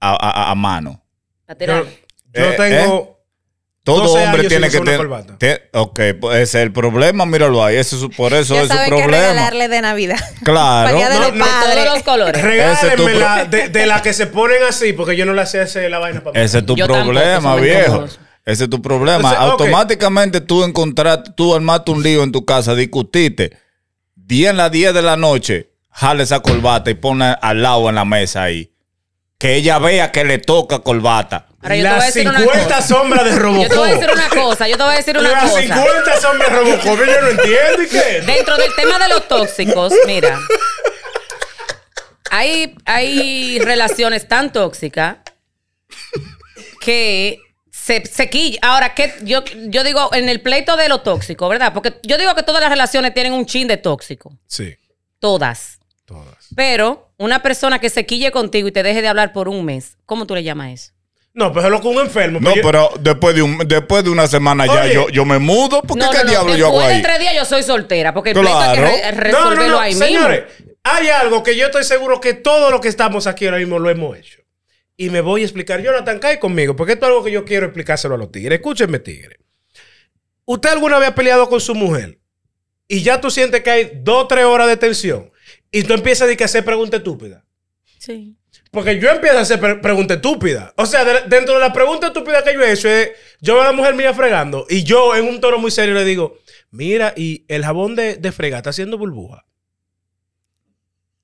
Speaker 2: a, a- a- a mano.
Speaker 1: yo,
Speaker 3: Lateral.
Speaker 1: yo
Speaker 2: Eh,
Speaker 1: tengo.
Speaker 2: Todo
Speaker 1: 12
Speaker 2: hombre
Speaker 1: años
Speaker 2: tiene que
Speaker 1: sin usar una
Speaker 2: tener.
Speaker 1: corbata.
Speaker 2: te- ok, pues ese es el problema, míralo ahí, ese es su- por eso
Speaker 4: Ya
Speaker 2: es su
Speaker 4: saben qué
Speaker 2: problema.
Speaker 4: regalarle de Navidad.
Speaker 2: (laughs) Claro.
Speaker 4: Para Día
Speaker 2: no,
Speaker 4: del
Speaker 1: no,
Speaker 4: Padre.
Speaker 3: Todos los
Speaker 2: eh.
Speaker 3: colores.
Speaker 1: Regálenme
Speaker 2: pro-
Speaker 1: la, de, de la que se ponen así, porque yo no le hacía ese- la vaina para mí.
Speaker 2: Ese es tu
Speaker 3: Yo tampoco,
Speaker 2: problema,
Speaker 3: son
Speaker 2: viejo.
Speaker 3: incómodos.
Speaker 2: Ese es tu problema.
Speaker 1: Entonces, ok.
Speaker 2: Automáticamente tú encontraste, tú armaste un lío en tu casa, discutiste. 10 en las 10 de la noche, jale esa corbata y ponla al lado en la mesa ahí. Que ella vea que le toca corbata.
Speaker 3: Ahora yo te voy a
Speaker 1: Las
Speaker 3: decir una
Speaker 1: 50
Speaker 3: cosa.
Speaker 1: sombras de
Speaker 3: Yo te voy a decir
Speaker 1: Robocop.
Speaker 3: una cosa, yo te voy a decir una
Speaker 1: Las
Speaker 3: cosa.
Speaker 1: 50 sombras de Robocop. Yo no entiendo. ¿Y qué?
Speaker 3: Dentro del tema de los tóxicos, mira. Hay, hay relaciones tan tóxicas que se, se quilla. Ahora, que yo, yo digo en el pleito de lo tóxico, ¿verdad? Porque yo digo que todas las relaciones tienen un chin de tóxico.
Speaker 1: Sí,
Speaker 3: Todas.
Speaker 1: todas.
Speaker 3: Pero una persona que se quille contigo y te deje de hablar por un mes, ¿cómo tú le llamas eso?
Speaker 1: No, pues es lo que un enfermo.
Speaker 2: No,
Speaker 1: yo-
Speaker 2: pero después de, un, después de una semana
Speaker 1: Oye.
Speaker 2: ya yo, yo me mudo. ¿Por qué,
Speaker 3: no,
Speaker 2: qué
Speaker 3: no, no.
Speaker 2: diablo
Speaker 3: Después
Speaker 2: yo hago
Speaker 3: de
Speaker 2: ahí?
Speaker 3: tres días yo soy soltera. Porque el pleito hay que
Speaker 2: Claro.
Speaker 3: re- resolverlo ahí mismo.
Speaker 1: Señores, hay algo que yo estoy seguro que todos los que estamos aquí ahora mismo lo hemos hecho. y me voy a explicar. Jonathan, cae conmigo, porque esto es algo que yo quiero explicárselo a los tigres. Escúchenme, tigre. ¿Usted alguna vez ha peleado con su mujer? Y ya tú sientes que hay dos o tres horas de tensión. Y tú empiezas a decir que hacer preguntas estúpidas.
Speaker 3: Sí.
Speaker 1: Porque yo empiezo a hacer pre- preguntas estúpidas. O sea, de- dentro de las preguntas estúpidas que yo he hecho es, yo veo a la mujer mía fregando y yo en un tono muy serio le digo, mira, y el jabón de, de fregar está haciendo burbuja.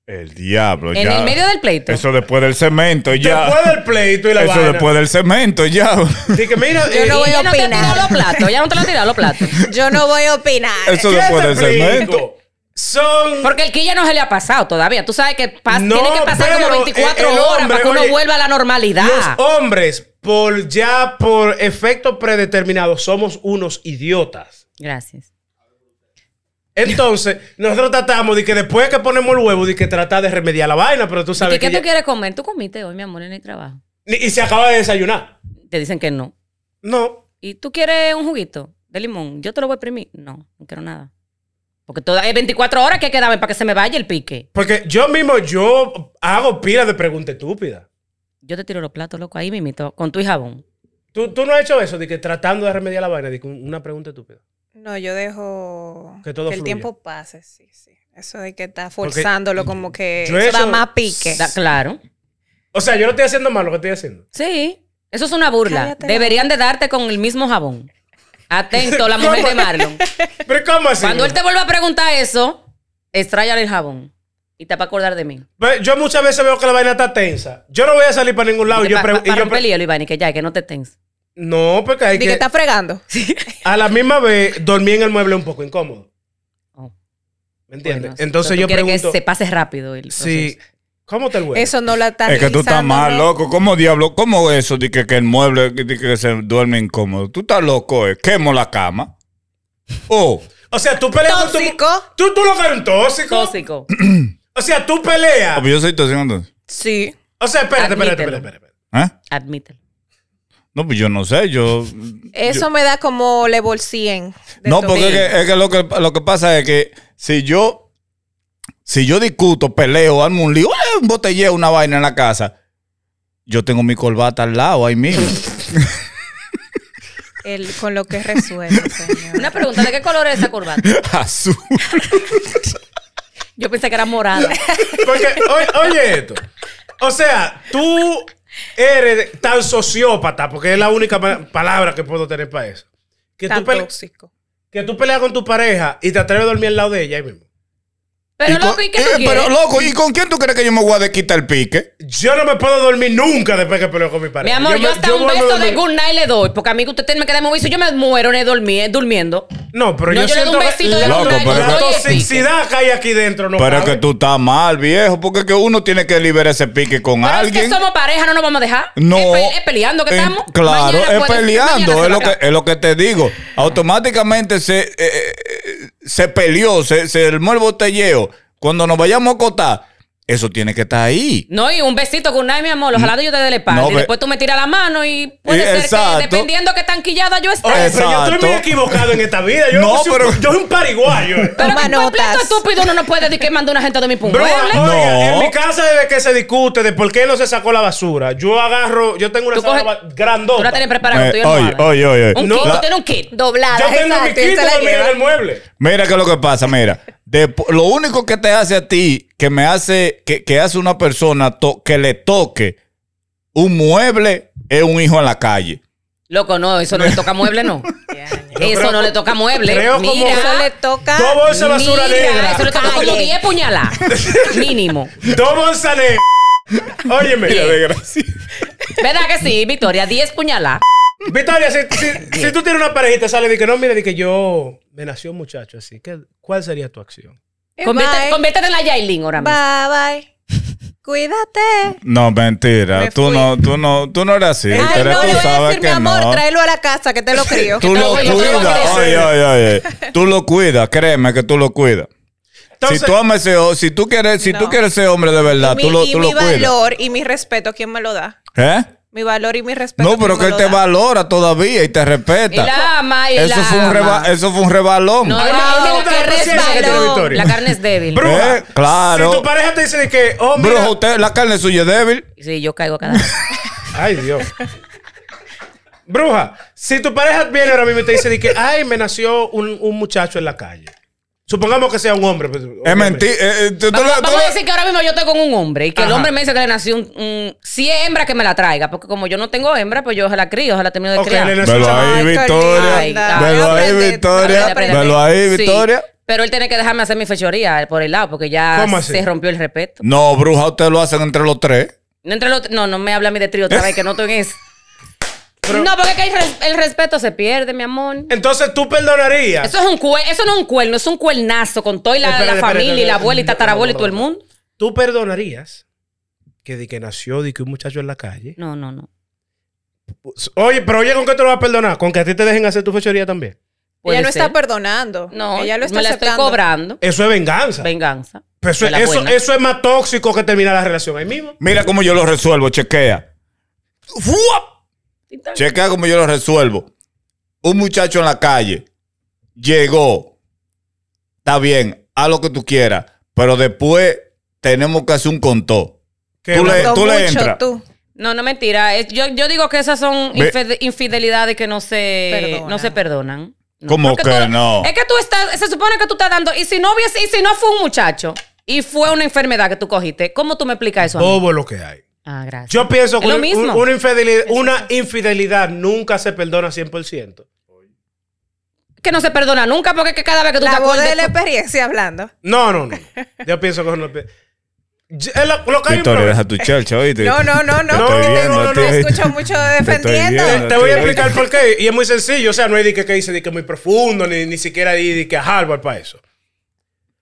Speaker 2: El diablo,
Speaker 3: En
Speaker 2: ya.
Speaker 3: el medio del pleito.
Speaker 2: Eso después del cemento, ya.
Speaker 1: Después del pleito y la
Speaker 2: Eso
Speaker 1: vaina.
Speaker 2: después del cemento, ya. (laughs)
Speaker 1: Así que mira, eh,
Speaker 4: Yo no voy
Speaker 3: ella
Speaker 4: a
Speaker 3: no te ha tirado
Speaker 4: opinar.
Speaker 3: los platos. Ella no te lo ha tirado los platos.
Speaker 4: (laughs) Yo no voy a opinar.
Speaker 2: Eso
Speaker 1: ¿qué
Speaker 2: después
Speaker 1: te
Speaker 2: del
Speaker 1: explico?
Speaker 2: cemento.
Speaker 1: Son...
Speaker 3: Porque el quilla no se le ha pasado todavía. Tú sabes que pas-
Speaker 1: No,
Speaker 3: tiene que pasar
Speaker 1: pero
Speaker 3: como 24
Speaker 1: el- el
Speaker 3: horas
Speaker 1: hombre,
Speaker 3: para que uno
Speaker 1: oye,
Speaker 3: vuelva a la normalidad.
Speaker 1: Los hombres, por ya por efecto predeterminado, somos unos idiotas.
Speaker 3: Gracias.
Speaker 1: Entonces, nosotros tratamos de que después que ponemos el huevo, de que tratar de remediar la vaina, pero tú
Speaker 3: ¿Y
Speaker 1: sabes
Speaker 3: qué
Speaker 1: que
Speaker 3: tú
Speaker 1: ya-
Speaker 3: quieres comer? Tú comiste hoy, mi amor, en el trabajo.
Speaker 1: Ni- Y se acaba de desayunar.
Speaker 3: Te dicen que no.
Speaker 1: No.
Speaker 3: ¿Y tú quieres un juguito de limón? Yo te lo voy a imprimir. No, no quiero nada. Porque toda, es 24 horas que quedaban para que se me vaya el pique.
Speaker 1: Porque yo mismo, yo hago pila de preguntas estúpidas.
Speaker 3: Yo te tiro los platos, loco, ahí mimito, con tu y jabón.
Speaker 1: ¿Tú, tú no has hecho eso, de que tratando de remediar la vaina, de que una pregunta estúpida.
Speaker 4: No, yo dejo
Speaker 1: Que
Speaker 4: que,
Speaker 1: todo
Speaker 4: el
Speaker 1: fluya.
Speaker 4: tiempo pase, sí, sí. Eso de que está forzándolo como que
Speaker 1: yo
Speaker 4: eso da
Speaker 1: eso-
Speaker 4: más pique.
Speaker 3: Da- claro.
Speaker 1: O sea, yo no estoy haciendo mal lo que estoy haciendo.
Speaker 3: Sí. Eso es una burla.
Speaker 4: Cállate,
Speaker 3: Deberían de darte con el mismo jabón.
Speaker 1: (laughs)
Speaker 3: Atento, la mujer de
Speaker 1: ¿Cómo?
Speaker 3: Marlon.
Speaker 1: Pero ¿cómo así?
Speaker 3: Cuando él te vuelva a preguntar eso, extráyale el jabón. Y te va a acordar de mí.
Speaker 1: Ve, Yo muchas veces veo que la vaina está tensa. Yo no voy a salir para ningún lado. y
Speaker 3: Para
Speaker 1: yo pre- y yo pre-
Speaker 3: romper el hielo, Iván, y que ya, que no te tenses.
Speaker 1: No, porque hay
Speaker 4: Di que
Speaker 1: que...
Speaker 4: está (laughs) fregando.
Speaker 1: A la misma vez dormí en el mueble un poco incómodo.
Speaker 3: Oh,
Speaker 1: ¿Me entiendes?
Speaker 3: bueno,
Speaker 1: Entonces
Speaker 3: tú
Speaker 1: yo
Speaker 3: quieres
Speaker 1: pregunto,
Speaker 3: que se pase rápido el
Speaker 1: si,
Speaker 3: proceso.
Speaker 1: ¿cómo te el huevo?
Speaker 4: Eso no la está
Speaker 2: Es que tú estás
Speaker 4: revisando,
Speaker 2: mal,
Speaker 4: ¿no?
Speaker 2: loco. ¿Cómo diablo? ¿Cómo eso? de que, que el mueble, de que, que se duerme incómodo. Tú estás loco, eh. Quemo la cama.
Speaker 3: (laughs)
Speaker 2: Oh,
Speaker 1: O sea, tú peleas con tu...
Speaker 4: ¿Tóxico?
Speaker 1: ¿Tú, tú lo que eres un tóxico? (clears throat)
Speaker 3: Tóxico.
Speaker 1: O sea, tú peleas.
Speaker 2: pues yo soy tóxico entonces.
Speaker 4: Sí.
Speaker 1: O sea, espérate, espérate,
Speaker 3: Admítelo.
Speaker 1: espérate, espérate.
Speaker 2: ¿Eh?
Speaker 3: Admítelo.
Speaker 2: No, pues yo no sé, yo.
Speaker 4: Eso me da como level 100. de
Speaker 2: No,
Speaker 4: todo.
Speaker 2: porque es que, es que lo que lo que pasa es que si yo si yo discuto, peleo, armo un lío, ¡eh! un botelleo, una vaina en la casa, yo tengo mi corbata al lado ahí mismo. (laughs)
Speaker 4: El- con lo que (laughs) resuelve, señor.
Speaker 3: Una pregunta, ¿de qué color es esa corbata?
Speaker 2: Azul.
Speaker 3: Yo pensé que
Speaker 1: (laughs)
Speaker 3: era morada.
Speaker 1: Porque, o- oye esto. O sea, tú eres tan sociópata, porque es la única pa- palabra que puedo tener para eso. Que tú,
Speaker 4: Tan
Speaker 1: pele-
Speaker 4: tóxico.
Speaker 1: que tú peleas con tu pareja y te atreves a dormir al lado de ella ahí mismo.
Speaker 3: Pero
Speaker 2: Y con-
Speaker 3: loco, ¿y qué tú
Speaker 2: eh,
Speaker 3: quieres?
Speaker 2: Pero loco, ¿y con quién tú crees que yo me voy a desquitar el pique?
Speaker 1: Yo no me puedo dormir nunca después que peleo con mi
Speaker 3: Mi
Speaker 1: pareja.
Speaker 3: amor, yo,
Speaker 1: me-
Speaker 3: hasta un
Speaker 1: vuelvo a
Speaker 3: beso de
Speaker 1: dormir-
Speaker 3: good night le doy. Porque a mí que usted me queda muy beso, yo me muero en el dormir, durmiendo.
Speaker 1: No, pero
Speaker 3: No,
Speaker 1: yo,
Speaker 3: yo le doy
Speaker 1: siento
Speaker 3: un besito
Speaker 1: que la,
Speaker 3: de
Speaker 2: Loco,
Speaker 1: la
Speaker 2: pero es que-
Speaker 1: toxicidad que hay aquí dentro no
Speaker 2: pero es
Speaker 1: cabe.
Speaker 2: que tú estás mal, viejo, porque es que uno tiene que liberar ese pique con
Speaker 3: Pero
Speaker 2: alguien.
Speaker 3: es que somos pareja, no nos vamos a dejar.
Speaker 2: No.
Speaker 3: Es, pe- es peleando que
Speaker 2: Eh,
Speaker 3: estamos.
Speaker 2: Claro,
Speaker 3: Mañana
Speaker 2: es
Speaker 3: puede-
Speaker 2: peleando,
Speaker 3: mañana se
Speaker 2: es lo,
Speaker 3: va
Speaker 2: que,
Speaker 3: acá.
Speaker 2: es lo que te digo. Automáticamente se, eh, eh, se peleó, se, se armó el botelleo. Cuando nos vayamos a acotar, eso tiene que estar ahí.
Speaker 3: No, y un besito con una mi amor. Ojalá yo te dé la espalda.
Speaker 2: No,
Speaker 3: y
Speaker 2: ve-
Speaker 3: después tú me tiras la mano y puede
Speaker 2: Y-
Speaker 3: ser
Speaker 2: exacto. Eh,
Speaker 3: que dependiendo que tan quillada yo esté.
Speaker 1: Oye, pero yo estoy muy
Speaker 2: Exacto.
Speaker 1: equivocado en esta vida. Yo
Speaker 2: No,
Speaker 1: soy un-
Speaker 2: pero-
Speaker 1: yo soy un pariguayo.
Speaker 3: (laughs)
Speaker 1: eh.
Speaker 3: Pero
Speaker 4: Toma
Speaker 3: que por
Speaker 4: notas.
Speaker 3: pleito estúpido uno no puede decir que manda una gente de mi punto.
Speaker 1: Bro,
Speaker 3: Tú
Speaker 1: oiga,
Speaker 2: No.
Speaker 1: en mi casa desde que se discute de por qué no se sacó la basura, yo agarro, yo tengo una
Speaker 3: Tú
Speaker 1: sala
Speaker 3: coges-
Speaker 1: ba- grandota.
Speaker 3: la tienes preparada.
Speaker 2: Eh,
Speaker 3: tú y
Speaker 2: oye,
Speaker 3: almohada.
Speaker 2: oye, oye.
Speaker 3: Un
Speaker 1: No.
Speaker 3: kit, tú
Speaker 1: La-
Speaker 3: tienes un kit.
Speaker 4: Doblada,
Speaker 1: yo tengo mi
Speaker 4: exacto, y
Speaker 1: quinto
Speaker 4: se la
Speaker 1: dormido en
Speaker 4: lleva.
Speaker 1: el mueble.
Speaker 2: Mira qué es lo que pasa, mira. De- lo único que te hace a ti, que me hace, que, que hace una persona to- que le toque un mueble, es un hijo en la calle.
Speaker 3: Loco, no, eso no le toca mueble,
Speaker 4: (laughs)
Speaker 3: no. eso
Speaker 1: creo-
Speaker 3: no le toca mueble.
Speaker 1: creo como-
Speaker 3: Mira,
Speaker 4: Eso le toca.
Speaker 1: Dos bolsas de basura
Speaker 3: mira,
Speaker 1: negra.
Speaker 3: Eso le toca como
Speaker 4: Calle.
Speaker 3: 10 puñaladas.
Speaker 2: (laughs)
Speaker 3: Mínimo.
Speaker 1: Dos bolsas
Speaker 3: (laughs)
Speaker 1: negras. Óyeme.
Speaker 3: ¿Verdad que sí, Victoria? 10 puñaladas.
Speaker 1: Victoria, si,
Speaker 2: (laughs)
Speaker 1: si- si tú tienes una pareja y te sale y que no, mira, de que yo me nació un muchacho así, ¿qué- ¿cuál sería tu acción?
Speaker 4: Eh,
Speaker 3: Conviértete,
Speaker 4: bye.
Speaker 3: conviértete en la Yailin ahora mismo.
Speaker 4: Bye, bye. Cuídate.
Speaker 2: No, mentira.
Speaker 4: Me
Speaker 2: tú
Speaker 4: fui.
Speaker 2: no, tú no, tú no eres así.
Speaker 4: Ay,
Speaker 2: pero
Speaker 4: no,
Speaker 2: tú
Speaker 4: le voy a
Speaker 2: sabes
Speaker 4: decir, mi
Speaker 2: que
Speaker 4: amor,
Speaker 2: no.
Speaker 4: tráelo a la casa, que
Speaker 2: (laughs)
Speaker 4: te lo crío.
Speaker 2: Tú lo
Speaker 3: No, yo te lo voy a
Speaker 2: cuidas. Oye,
Speaker 1: crecer.
Speaker 2: oye, oye. Tú lo cuidas, créeme que tú lo cuidas.
Speaker 1: Entonces,
Speaker 2: si tú amas ese ho- si tú quieres, si tú
Speaker 4: No.
Speaker 2: quieres ser hombre de verdad,
Speaker 4: mi,
Speaker 2: ah, tú lo,
Speaker 4: y
Speaker 2: tú lo
Speaker 4: mi
Speaker 2: cuidas.
Speaker 4: valor y mi respeto, ¿quién me lo da?
Speaker 2: ¿Eh?
Speaker 4: Mi valor y mi respeto.
Speaker 2: No, pero
Speaker 4: ¿quién
Speaker 2: que
Speaker 4: me
Speaker 2: él
Speaker 4: lo
Speaker 2: te
Speaker 4: da?
Speaker 2: valora todavía y te respeta.
Speaker 3: Y la ama y
Speaker 2: eso,
Speaker 3: la
Speaker 2: fue un reba-
Speaker 3: ama.
Speaker 2: eso fue un rebalón.
Speaker 3: No,
Speaker 1: Ay,
Speaker 3: la-
Speaker 1: me
Speaker 3: la
Speaker 1: gusta la
Speaker 3: carne es
Speaker 1: paciencia
Speaker 4: que tiene
Speaker 3: balón.
Speaker 1: Victoria.
Speaker 3: La carne es débil.
Speaker 1: bruja,
Speaker 2: Eh, claro.
Speaker 1: si tu pareja te dice de que, oh, mira,
Speaker 2: Brujo, usted, la carne suya es débil.
Speaker 3: Sí, yo caigo cada vez.
Speaker 1: Ay, Dios. Bruja, si tu pareja viene ahora mismo y te dice de que, ay, me nació un, un muchacho en la calle. Supongamos que sea un hombre. pues, pero-
Speaker 2: Es mentira.
Speaker 3: Vamos, vamos a decir que ahora mismo yo estoy con un hombre y que el
Speaker 1: Ajá.
Speaker 3: hombre me dice que le nació un, un- si es hembra que me la traiga, porque como yo no tengo hembra, pues yo la crío, ojalá termino de
Speaker 1: Ok,
Speaker 3: criar.
Speaker 1: le nació-
Speaker 2: Velo ahí,
Speaker 4: Ay,
Speaker 2: Victoria.
Speaker 3: linda.
Speaker 2: Velo ahí,
Speaker 4: Aprende,
Speaker 2: Victoria.
Speaker 4: aprende.
Speaker 2: Velo ahí,
Speaker 3: Sí,
Speaker 2: Victoria.
Speaker 3: Pero él tiene que dejarme hacer mi fechoría por el lado, porque ya
Speaker 1: ¿Cómo así?
Speaker 3: se rompió el respeto.
Speaker 2: No, bruja, ustedes lo hacen entre los tres.
Speaker 3: No, entre los- no, no me habla a mí de trío otra vez, que no estoy en eso. no, porque es que el, res- el respeto se pierde, mi amor.
Speaker 1: Entonces tú perdonarías.
Speaker 3: Eso, es un cuer- eso no es un cuerno, es un cuernazo con toda la,
Speaker 1: Ah. Espérate,
Speaker 3: la
Speaker 1: espérate,
Speaker 3: familia y la
Speaker 1: espérate.
Speaker 3: abuela y tatarabuela y todo el mundo.
Speaker 1: ¿Tú perdonarías que de que nació de que un muchacho en la calle?
Speaker 3: No, no, no.
Speaker 2: Pues,
Speaker 1: Oye, pero oye, ¿con qué te lo vas a perdonar? ¿Con que a ti te dejen hacer tu fechoría también?
Speaker 3: Puede
Speaker 4: ella no
Speaker 3: ser.
Speaker 4: está perdonando.
Speaker 3: No,
Speaker 4: ella lo está
Speaker 3: me la
Speaker 4: aceptando.
Speaker 3: estoy cobrando.
Speaker 1: Eso es venganza.
Speaker 3: Venganza.
Speaker 1: Pero eso,
Speaker 3: De la
Speaker 1: eso,
Speaker 3: buena.
Speaker 1: eso es más tóxico que terminar la relación ahí mismo.
Speaker 2: Mira cómo yo lo resuelvo, chequea. ¡Fua! Chequea cómo yo lo resuelvo. Un muchacho en la calle llegó. Está bien, haz lo que tú quieras. Pero después tenemos que hacer un contó.
Speaker 1: Que
Speaker 2: Tú
Speaker 1: no-
Speaker 2: le-
Speaker 4: Lo
Speaker 2: tú le
Speaker 4: mucho
Speaker 2: entras.
Speaker 4: tú.
Speaker 3: No, no mentira. Es- yo, yo digo que esas son
Speaker 2: Ve-
Speaker 3: infide- infidelidades que no se,
Speaker 4: Perdonan.
Speaker 3: no se perdonan. No.
Speaker 2: ¿Cómo
Speaker 3: Porque
Speaker 2: que
Speaker 3: tú-
Speaker 2: no?
Speaker 3: Es que tú estás, se supone que tú estás dando, y si no hubiese, y si no fue un muchacho, y fue una enfermedad que tú cogiste, ¿cómo tú me explicas eso a mí?
Speaker 1: Bobo lo que hay.
Speaker 3: Ah, gracias.
Speaker 1: Yo pienso que
Speaker 3: Es lo
Speaker 1: un-
Speaker 3: mismo.
Speaker 1: un- una, infidelidad, una infidelidad nunca se perdona 100%.
Speaker 3: que no se perdona nunca porque es que cada vez que tú te
Speaker 4: La voz
Speaker 3: acuerdas
Speaker 4: de la
Speaker 3: tú-
Speaker 4: experiencia hablando.
Speaker 1: No, no,
Speaker 3: (laughs)
Speaker 1: no. Yo pienso que eso no. Yo- es Lo, lo que hay un
Speaker 2: Victoria,
Speaker 1: problema.
Speaker 2: deja tu chelcha, oíste.
Speaker 4: No, no,
Speaker 1: No,
Speaker 4: no, no.
Speaker 2: Te estoy
Speaker 1: no,
Speaker 2: viendo,
Speaker 1: no, no,
Speaker 2: te-
Speaker 1: no,
Speaker 4: Escucho mucho defendiendo.
Speaker 2: Te estoy
Speaker 1: Eh, Te voy a
Speaker 2: Estoy-
Speaker 1: explicar por qué. Y es muy sencillo. O sea, no hay de que, que dice de que muy profundo, ni, ni siquiera hay de que a Harvard para eso.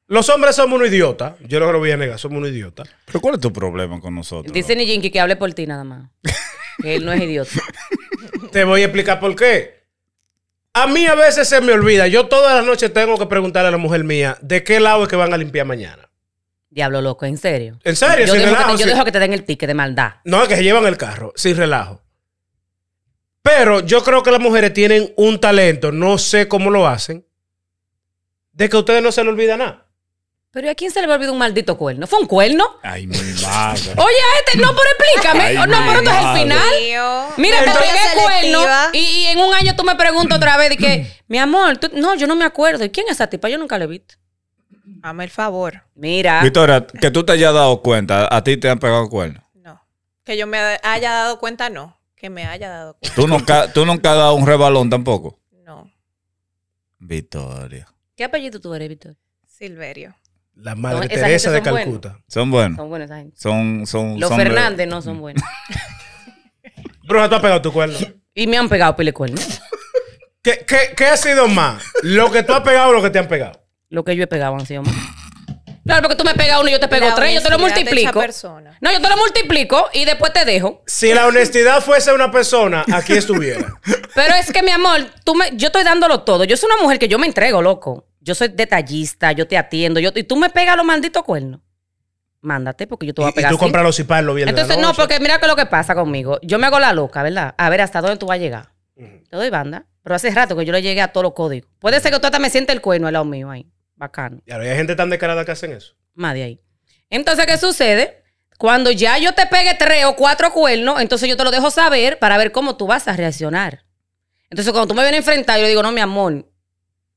Speaker 1: Los hombres somos unos idiotas. Yo no lo voy a negar, somos unos idiotas.
Speaker 2: ¿Pero cuál es tu problema con nosotros?
Speaker 3: Dice ni Jinky que hable por ti nada más. Que él no es idiota.
Speaker 1: Te voy a explicar por qué. A mí a veces se me olvida. Yo todas las noches tengo que preguntarle a la mujer mía de qué lado es que van a limpiar mañana.
Speaker 3: Diablo loco, en serio.
Speaker 1: En serio,
Speaker 3: Yo,
Speaker 1: sin
Speaker 3: dejo que,
Speaker 1: relajo.
Speaker 3: te, yo
Speaker 1: sin-
Speaker 3: dejo que te den el ticket de maldad.
Speaker 1: No, es que se llevan el carro, sin relajo. Pero yo creo que las mujeres tienen un talento, no sé cómo lo hacen, de que a ustedes no se les olvida nada.
Speaker 3: Pero ¿y a quién se le va a olvidar un maldito cuerno? ¿Fue un cuerno?
Speaker 2: Ay, mi madre.
Speaker 3: Oye, a este, no, pero explícame.
Speaker 2: Ay,
Speaker 3: no, pero esto es el
Speaker 2: madre.
Speaker 3: final.
Speaker 4: Mío.
Speaker 3: Mira, te
Speaker 4: Entonces,
Speaker 3: pegué el cuerno
Speaker 4: selectiva.
Speaker 3: y, y en un año tú me preguntas otra vez de que, mi amor, tú- no, yo no me acuerdo. ¿Y quién es esa tipa? Yo nunca la he visto.
Speaker 4: Hazme el favor.
Speaker 3: Mira,
Speaker 2: Victoria, que tú te hayas dado cuenta, a ti te han pegado cuernos.
Speaker 4: No. Que yo me haya dado cuenta, no. Que me haya dado cuenta.
Speaker 2: Tú nunca, tú nunca has dado un rebalón tampoco.
Speaker 4: No.
Speaker 2: Victoria.
Speaker 3: ¿qué apellido tú eres, Víctor?
Speaker 4: Silverio.
Speaker 1: La madre
Speaker 3: No, esa
Speaker 1: Teresa de
Speaker 3: gente son
Speaker 1: Calcuta.
Speaker 2: Son buenos.
Speaker 3: Son buenos esa gente.
Speaker 2: Son, son,
Speaker 3: Los
Speaker 2: son de-
Speaker 3: Fernández no son buenos.
Speaker 1: Bruja, tú has pegado tu cuerno.
Speaker 3: Y me han pegado pile cuerno.
Speaker 1: ¿Qué, qué, qué ha sido más? ¿Lo que tú has pegado o lo que te han pegado?
Speaker 3: Lo que yo he pegado han sido más. Claro, porque tú me pegas uno y yo te pego
Speaker 4: La
Speaker 3: tres, yo te lo
Speaker 4: honestidad de esa
Speaker 3: multiplico.
Speaker 4: persona.
Speaker 3: No, yo te lo multiplico y después te dejo.
Speaker 1: Si la honestidad fuese una persona, aquí estuviera.
Speaker 3: Pero es que, mi amor, tú me, yo estoy dándolo todo. Yo soy una mujer que yo me entrego, loco. Yo soy detallista, yo te atiendo. Yo, y tú me pegas los malditos cuernos. Mándate, porque yo te voy a
Speaker 1: y, y
Speaker 3: pegar.
Speaker 1: tú
Speaker 3: así.
Speaker 1: compras los cipar los viernes de la
Speaker 3: Entonces, no,
Speaker 1: noche.
Speaker 3: porque mira que lo que pasa conmigo. Yo me hago la loca, ¿verdad? A ver hasta dónde tú vas a llegar. Te doy banda. Pero hace rato que yo le llegué a todos los códigos. Puede ser que tú hasta me sientes el cuerno al lado mío ahí. Bacano.
Speaker 1: Y ahora hay gente tan descarada que hacen eso.
Speaker 3: Más de ahí. Entonces, ¿qué sucede? Cuando ya yo te pegue tres o cuatro cuernos, entonces yo te lo dejo saber para ver cómo tú vas a reaccionar. Entonces, cuando tú me vienes a enfrentar, yo digo, no, mi amor,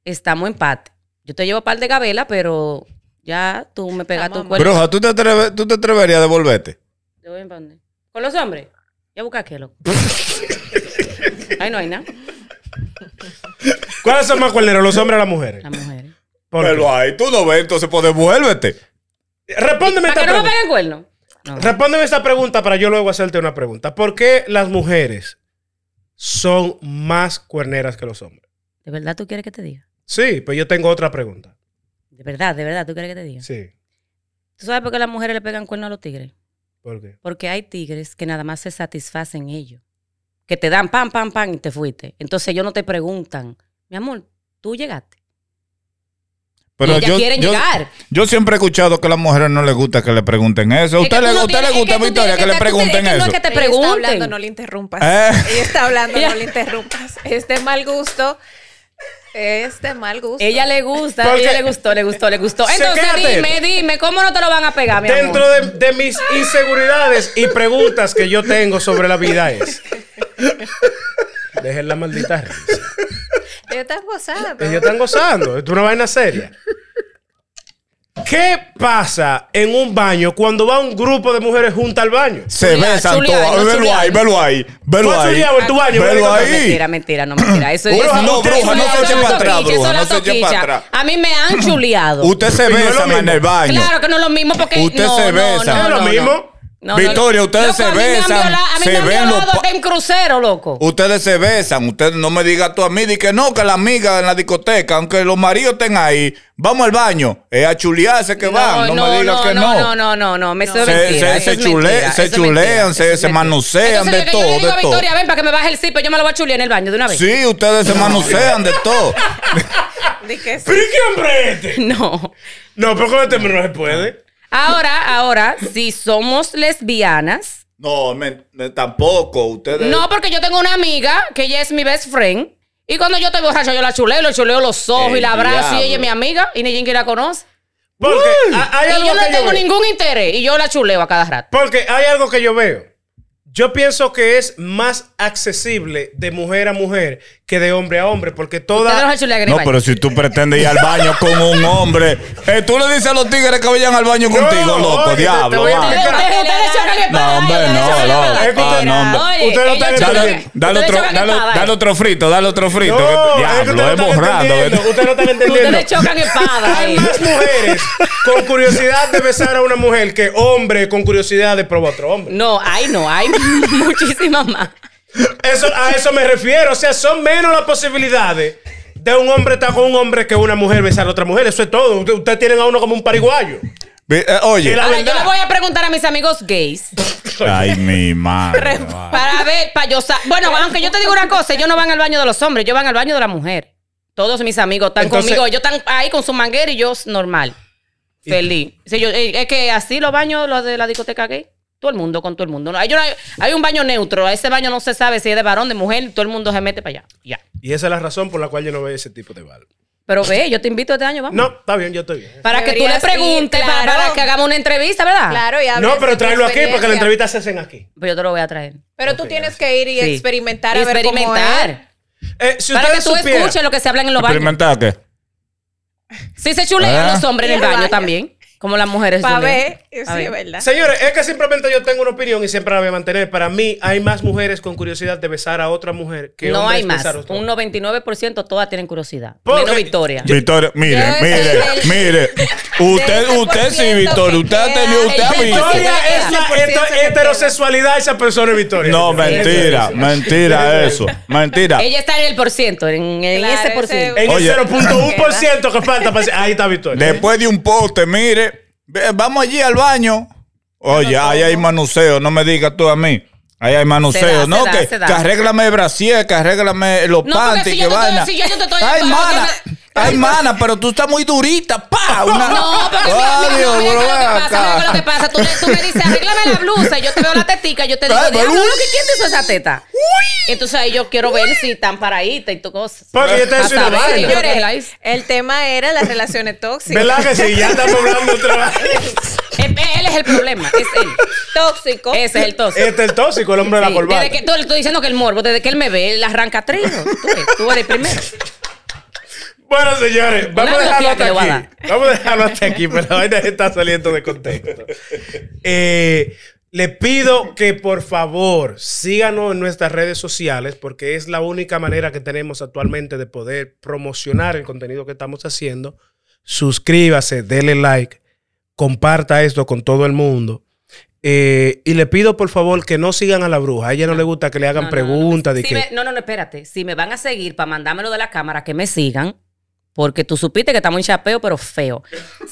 Speaker 3: estamos en empate. Yo te llevo par de gabela, pero ya tú me pegas tu
Speaker 4: Estamos
Speaker 3: cuerno.
Speaker 2: Bruja, ¿tú te, atreves- ¿tú te atreverías a devolverte?
Speaker 3: Te voy a poner. ¿Con los hombres? Ya busca qué, loco. Ahí no hay nada.
Speaker 1: ¿Cuáles son más cuerneros, los hombres o las mujeres?
Speaker 3: Las mujeres.
Speaker 1: ¿Por qué?
Speaker 2: ahí tú no ves, entonces pues devuélvete.
Speaker 1: Respóndeme esta
Speaker 3: ¿Para que no
Speaker 1: pregunta.
Speaker 3: me peguen cuernos? No.
Speaker 1: Respóndeme esta pregunta para yo luego hacerte una pregunta. ¿Por qué las mujeres son más cuerneras que los hombres?
Speaker 3: ¿De verdad tú quieres que te diga?
Speaker 1: Sí, pues yo tengo otra pregunta.
Speaker 3: ¿De verdad, de verdad tú quieres que te diga?
Speaker 1: Sí,
Speaker 3: ¿Tú sabes por qué las mujeres le pegan cuernos a los tigres?
Speaker 1: ¿por qué?
Speaker 3: Porque hay tigres que nada más se satisfacen ellos. Que te dan pan, pan, pan y te fuiste. Entonces ellos no te preguntan, mi amor, tú llegaste.
Speaker 2: Pero
Speaker 3: y ellas
Speaker 2: yo,
Speaker 3: quieren
Speaker 2: yo,
Speaker 3: llegar.
Speaker 2: yo siempre he escuchado que a las mujeres no les gusta que le pregunten eso. ¿A
Speaker 3: Es
Speaker 2: usted,
Speaker 3: que tú
Speaker 2: le,
Speaker 3: no
Speaker 2: usted
Speaker 3: tienes-
Speaker 2: le
Speaker 3: es
Speaker 2: gusta,
Speaker 3: que tú
Speaker 2: Victoria,
Speaker 3: tienes-
Speaker 2: que,
Speaker 3: es
Speaker 2: le
Speaker 3: que tú
Speaker 2: pregunten
Speaker 3: tienes- no
Speaker 2: eso?
Speaker 3: es que te
Speaker 4: Ella está
Speaker 3: pregunten.
Speaker 4: hablando, no le interrumpas.
Speaker 2: Eh.
Speaker 4: Ella está hablando, no le interrumpas. Es de mal gusto. Es de mal gusto.
Speaker 3: Ella le gusta,
Speaker 1: Porque-
Speaker 3: ella le gustó, le gustó, le gustó.
Speaker 1: Se
Speaker 3: Entonces
Speaker 1: quédate.
Speaker 3: dime, dime, ¿cómo no te lo van a pegar, mi
Speaker 1: Dentro
Speaker 3: amor?
Speaker 1: de, de mis inseguridades y preguntas que yo tengo sobre la vida
Speaker 3: (laughs)
Speaker 1: es. Dejen la maldita risa.
Speaker 4: Ellos están gozando.
Speaker 1: Ellos están gozando. Es una vaina seria. ¿Qué pasa en un baño cuando va un grupo de mujeres juntas al baño?
Speaker 2: Se
Speaker 3: Chulear,
Speaker 2: besan
Speaker 3: chulear,
Speaker 2: todas.
Speaker 3: no
Speaker 2: Velo
Speaker 3: chulear.
Speaker 2: ahí, velo ahí. Velo
Speaker 1: ¿Tú has
Speaker 2: ahí.
Speaker 1: chuleado en tu
Speaker 3: Ah,
Speaker 1: baño,
Speaker 2: Velo
Speaker 1: Verónica?
Speaker 2: ahí.
Speaker 3: Mentira, mentira, no mentira. Eso es
Speaker 2: Bruja,
Speaker 3: eso
Speaker 2: no,
Speaker 3: es-
Speaker 2: bruja,
Speaker 3: eso
Speaker 2: no
Speaker 3: es
Speaker 2: se eche
Speaker 3: la
Speaker 2: para atrás,
Speaker 3: toquicha,
Speaker 2: bruja,
Speaker 3: eso
Speaker 2: no
Speaker 3: es la
Speaker 2: se eche
Speaker 3: toquicha.
Speaker 2: para atrás.
Speaker 3: A mí
Speaker 2: (clears throat)
Speaker 3: me han chuleado.
Speaker 2: Usted se
Speaker 1: Y no es lo
Speaker 2: besa
Speaker 1: mismo.
Speaker 2: en el baño.
Speaker 3: Claro que no es lo mismo porque
Speaker 2: Usted
Speaker 3: no,
Speaker 2: se
Speaker 3: no,
Speaker 2: besa.
Speaker 3: no,
Speaker 1: Es lo
Speaker 3: no, no.
Speaker 1: mismo.
Speaker 3: No, no,
Speaker 2: Victoria, ustedes
Speaker 3: Loco,
Speaker 2: se
Speaker 3: a mí me han
Speaker 2: besan,
Speaker 3: violado- A mí
Speaker 2: se
Speaker 3: me han
Speaker 2: ven los
Speaker 3: violado
Speaker 2: pa-
Speaker 3: hasta en crucero, loco.
Speaker 2: Ustedes se besan, usted no me diga tú a mí, di que no, que la amiga en la discoteca, aunque los maridos estén ahí, vamos al baño, es a chulearse que van, no, me digas que no.
Speaker 3: No, no, no, no, me eso es
Speaker 2: Se-
Speaker 3: mentira,
Speaker 2: se-
Speaker 3: eso
Speaker 2: se
Speaker 3: es
Speaker 2: chule- se
Speaker 3: mentira, eso es
Speaker 2: chulean,
Speaker 3: mentira,
Speaker 2: se-
Speaker 3: eso es
Speaker 2: se
Speaker 3: mentira.
Speaker 2: manusean
Speaker 3: Entonces,
Speaker 2: de
Speaker 3: lo que yo
Speaker 2: todo,
Speaker 3: le
Speaker 2: de
Speaker 3: digo a
Speaker 2: todo.
Speaker 3: Victoria, ven para que me baje el zipper, yo me lo voy a chulear en el baño de una vez.
Speaker 2: Sí, ustedes se manusean de todo.
Speaker 4: Di que sí.
Speaker 1: ¿Pero y qué hombre es este?
Speaker 3: (laughs) No.
Speaker 1: No, pero con este no se puede.
Speaker 3: Ahora, ahora, si somos lesbianas,
Speaker 2: No, me- me- tampoco, ustedes.
Speaker 3: no, porque yo tengo una amiga que ella es mi best friend. Y cuando yo estoy borracha, yo la chuleo, le chuleo los ojos
Speaker 2: El
Speaker 3: y la abrazo. Y
Speaker 2: diablo.
Speaker 3: ella es mi amiga y ni quien que la conoce.
Speaker 1: Porque ha- hay
Speaker 3: Y
Speaker 1: algo
Speaker 3: yo no
Speaker 1: que yo
Speaker 3: tengo
Speaker 1: veo.
Speaker 3: ningún interés y yo la chuleo a cada rato.
Speaker 1: Porque hay algo que yo veo. Yo pienso que es más accesible de mujer a mujer que de hombre a hombre, porque
Speaker 3: Ustedes no
Speaker 1: toda...
Speaker 3: se chulean en el
Speaker 2: No,
Speaker 3: baño.
Speaker 2: pero si tú pretendes ir al baño con un hombre, eh, tú le dices a los tigres que vayan al baño contigo, loco,
Speaker 1: oye, te- te
Speaker 2: diablo.
Speaker 1: voy a
Speaker 2: va.
Speaker 1: explicar.
Speaker 3: Ustedes- ustedes- ustedes chocan el
Speaker 2: No, hombre,
Speaker 3: palo,
Speaker 2: no,
Speaker 3: ustedes
Speaker 2: no.
Speaker 3: chocan el
Speaker 1: Es que
Speaker 3: palo.
Speaker 1: usted-
Speaker 2: no, hombre.
Speaker 3: Oye,
Speaker 1: Ustedes no están
Speaker 3: ellos
Speaker 1: entendiendo.
Speaker 2: Dale,
Speaker 3: chocan-
Speaker 2: dale
Speaker 3: ustedes
Speaker 2: otro,
Speaker 3: chocan el
Speaker 2: dale,
Speaker 3: palo, eh.
Speaker 2: dale otro frito, dale otro frito.
Speaker 1: No,
Speaker 2: que-
Speaker 1: es que
Speaker 2: diablo, es
Speaker 1: ustedes no están
Speaker 2: borrando.
Speaker 1: entendiendo,
Speaker 2: que-
Speaker 1: Ustedes no están entendiendo.
Speaker 3: Ustedes chocan espada.
Speaker 1: Hay
Speaker 3: eh.
Speaker 1: más mujeres con curiosidad de besar a una mujer que hombre con curiosidad de probar a otro hombre.
Speaker 3: No, hay no, hay muchísimas más.
Speaker 1: Eso, a eso me refiero. O sea, son menos las posibilidades de un hombre estar con un hombre que una mujer besar a otra mujer. Eso es todo. Usted- Ustedes tienen a uno como un pariguayo.
Speaker 2: Ve- eh, oye,
Speaker 1: La
Speaker 3: Ahora, yo
Speaker 1: verdad.
Speaker 3: le voy a preguntar a mis amigos gays
Speaker 2: ay, mi madre. va.
Speaker 3: para ver, para yo sa- Bueno, aunque yo te digo una cosa, ellos no van al baño de los hombres, ellos van al baño de la mujer. Todos mis amigos están
Speaker 1: Entonces-
Speaker 3: conmigo, ellos están ahí con su manguera y yo normal. Feliz. Sí, yo- eh, es que así los baños, los de la discoteca gay, todo el mundo con todo el mundo. No, hay, yo no hay- hay un baño neutro, a ese baño no se sabe si es de varón, de mujer, todo el mundo se mete para allá. Ya.
Speaker 1: Y esa es la razón por la cual yo no veo ese tipo de bal.
Speaker 3: Pero ve, yo te invito este año, vamos.
Speaker 1: No, está bien, yo estoy bien.
Speaker 3: Para que tú le
Speaker 4: Deberías ir,
Speaker 3: preguntes, pa- para,
Speaker 4: claro.
Speaker 3: que hagamos una entrevista, ¿verdad?
Speaker 4: Claro, y hablen
Speaker 1: Ah. No,
Speaker 4: de
Speaker 1: pero
Speaker 4: tu
Speaker 1: tráelo aquí porque
Speaker 4: experiencia.
Speaker 1: las entrevistas se hacen aquí.
Speaker 3: Pues yo te lo voy a traer.
Speaker 4: Pero tú tienes que ir y
Speaker 3: Sí.
Speaker 4: experimentar a ver cómo es.
Speaker 3: Experimentar.
Speaker 1: Eh, si
Speaker 3: Para que
Speaker 1: ustedes
Speaker 3: tú
Speaker 1: supieran-
Speaker 3: escuches lo que se habla en los baños.
Speaker 2: ¿Experimentar qué?
Speaker 3: Sí se chulean
Speaker 2: Ah.
Speaker 3: los hombres en el
Speaker 4: En el
Speaker 3: baño
Speaker 4: baño.
Speaker 3: también, como las mujeres.
Speaker 4: Para
Speaker 3: chulean.
Speaker 4: ver, sí,
Speaker 3: Pa' ver.
Speaker 4: es verdad.
Speaker 1: Señores, es que simplemente yo tengo una opinión y siempre la voy a mantener. Para mí, hay más mujeres con curiosidad de besar a otra mujer que
Speaker 3: No
Speaker 1: hombres
Speaker 3: hay más.
Speaker 1: besar a otro
Speaker 3: Un
Speaker 1: hombre.
Speaker 3: 99% todas tienen curiosidad.
Speaker 1: Porque-
Speaker 3: Menos Victoria.
Speaker 2: Victoria, mire,
Speaker 4: yo
Speaker 2: mire,
Speaker 4: soy
Speaker 2: mire. Usted,
Speaker 4: del
Speaker 2: usted sí,
Speaker 4: 10%
Speaker 2: Victoria.
Speaker 4: que
Speaker 2: Usted ha tenido, usted ha
Speaker 3: queda.
Speaker 2: visto.
Speaker 1: Victoria es la
Speaker 4: 100%
Speaker 1: heter-
Speaker 4: soltera.
Speaker 1: heterosexualidad de esa persona, Victoria.
Speaker 2: No, mentira, mentira eso. Mentira.
Speaker 3: Ella está en el por ciento, en, en
Speaker 4: Claro,
Speaker 3: ese por
Speaker 4: ese-
Speaker 3: ciento.
Speaker 1: En
Speaker 2: Oye.
Speaker 1: el 0.1% que falta para decir- Ahí está Victoria.
Speaker 2: Después de un poste, mire, ve- vamos allí al baño. Oye, ahí hay manuseo, no me digas tú a mí. Ahí hay manuseo,
Speaker 3: Se da,
Speaker 2: no,
Speaker 3: se da,
Speaker 2: que,
Speaker 3: se da.
Speaker 2: que arréglame el brasier, que arréglame los
Speaker 3: No, porque
Speaker 2: panties,
Speaker 3: si yo
Speaker 2: que
Speaker 3: te estoy-
Speaker 2: vaina.
Speaker 3: si yo- yo te estoy-
Speaker 2: ay,
Speaker 3: yo- yo-
Speaker 2: mana,
Speaker 3: yo-
Speaker 2: ay, mana, pero tú estás muy durita, pa. Una...
Speaker 3: No, porque mira,
Speaker 2: Ay, Ah,
Speaker 3: mira,
Speaker 2: Dios,
Speaker 3: mira,
Speaker 2: pero
Speaker 3: mira
Speaker 2: ven
Speaker 3: lo que pasa, mira
Speaker 2: acá.
Speaker 3: lo que pasa. Tú, le- tú me dices, arréglame la blusa, y yo te veo la tetica, yo te digo,
Speaker 2: Ay,
Speaker 3: diablo,
Speaker 2: pero-
Speaker 3: ¿qué- ¿quién te hizo esa teta? Entonces ahí yo quiero ver si están paraditas y tu cosas.
Speaker 1: Porque yo te
Speaker 3: A
Speaker 1: decía una
Speaker 3: saber,
Speaker 1: vaina.
Speaker 3: yo- que la hice.
Speaker 4: Señores, el tema era las relaciones tóxicas.
Speaker 1: ¿Verdad que sí? Ya estamos hablando otra vez.
Speaker 3: Él, él es el problema, es
Speaker 4: (laughs)
Speaker 3: él.
Speaker 4: Tóxico.
Speaker 3: Ese es el tóxico.
Speaker 1: Este es el tóxico, el hombre de
Speaker 3: Sí,
Speaker 1: la corbata.
Speaker 3: Desde que, tú, le estoy diciendo que el morbo, desde que él me ve, él arranca trigo. Tú, ves, tú eres el primero.
Speaker 1: Bueno, señores, vamos a dejarlo
Speaker 3: bloqueada que le voy a
Speaker 1: hasta aquí. Vamos a dejarlo hasta aquí, pero la vaina está saliendo de contexto. Eh, le pido que por favor síganos en nuestras redes sociales porque es la única manera que tenemos actualmente de poder promocionar el contenido que estamos haciendo. Suscríbase, dele like, comparta esto con todo el mundo. Eh, y le pido por favor que no sigan a la bruja. A ella no, le gusta que le hagan
Speaker 3: No, no,
Speaker 1: preguntas. (laughs)
Speaker 3: no,
Speaker 1: de
Speaker 3: Si
Speaker 1: que...
Speaker 3: me- no, no, no, espérate. Si me van a seguir para mandármelo de la cámara, que me sigan. Porque tú supiste que estamos en chapeo, pero feo.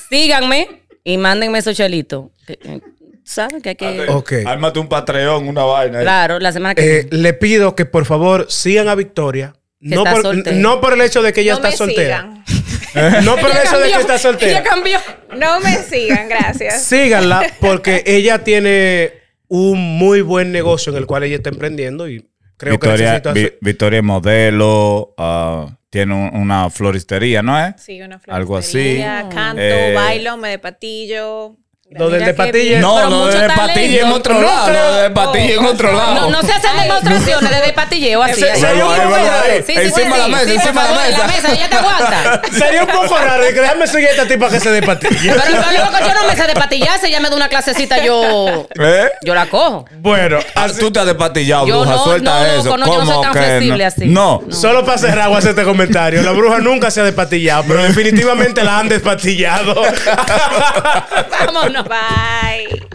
Speaker 3: Síganme y mándenme esos chelitos. Eh, eh, ¿Saben que hay que...?
Speaker 1: Ok.
Speaker 2: Ármate un patreón, una vaina. ahí.
Speaker 3: Claro, la semana que
Speaker 1: Eh, le pido que por favor sigan a Victoria.
Speaker 3: Que
Speaker 1: No
Speaker 3: está
Speaker 1: por,
Speaker 3: soltera.
Speaker 1: no por el hecho de que ella
Speaker 4: no
Speaker 1: está
Speaker 4: me
Speaker 1: soltera. Eh,
Speaker 4: sigan.
Speaker 1: No por el hecho de que está
Speaker 3: Ella
Speaker 1: soltera.
Speaker 3: cambió.
Speaker 4: No me sigan, gracias.
Speaker 1: Síganla porque ella tiene un muy buen negocio en el cual ella está emprendiendo y Creo
Speaker 2: Victoria,
Speaker 1: que necesito
Speaker 2: Vi-
Speaker 1: hacer-
Speaker 2: Victoria es modelo, ah, tiene un- una floristería, ¿no es?
Speaker 4: Sí, una
Speaker 2: Algo así.
Speaker 4: floristería, Canto,
Speaker 2: Eh,
Speaker 4: bailo, me de patillo.
Speaker 1: Lo del
Speaker 3: Mira
Speaker 1: de
Speaker 3: qué
Speaker 1: patilla.
Speaker 3: bien.
Speaker 1: No,
Speaker 3: pero mucho talento.
Speaker 2: otro
Speaker 1: No
Speaker 2: lado.
Speaker 1: creo-
Speaker 2: Lo de patilla en otro lado.
Speaker 3: No, no se hacen demostraciones de patilleo así.
Speaker 1: Ese- ese-
Speaker 3: Sí,
Speaker 1: Velo ahí, velo ahí.
Speaker 3: sí, sí,
Speaker 2: Encima
Speaker 3: sí,
Speaker 2: la mesa,
Speaker 3: sí,
Speaker 2: encima
Speaker 3: por
Speaker 2: la
Speaker 3: favor,
Speaker 2: mesa.
Speaker 3: ella
Speaker 1: (laughs)
Speaker 3: te aguanta.
Speaker 1: Sería un poco raro. y que Déjame seguir a esta tipa que se dé patilla.
Speaker 3: (laughs) Pero el problema es que yo no me sé de patillar, si ella me da una clasecita, yo,
Speaker 2: ¿Eh?
Speaker 3: yo la cojo.
Speaker 1: Bueno,
Speaker 2: Ah,
Speaker 1: así-
Speaker 2: tú te has despatillado,
Speaker 3: Yo
Speaker 2: bruja.
Speaker 3: no,
Speaker 2: Suelta
Speaker 3: no, no,
Speaker 2: eso.
Speaker 3: con- no, yo no
Speaker 2: ¿Cómo
Speaker 3: soy tan
Speaker 2: que
Speaker 3: flexible
Speaker 2: no?
Speaker 3: así.
Speaker 2: No.
Speaker 1: solo para cerrar, voy a hacer este comentario. La bruja nunca se ha despatillado, pero definitivamente la han despatillado.
Speaker 3: Vámonos.
Speaker 4: Bye.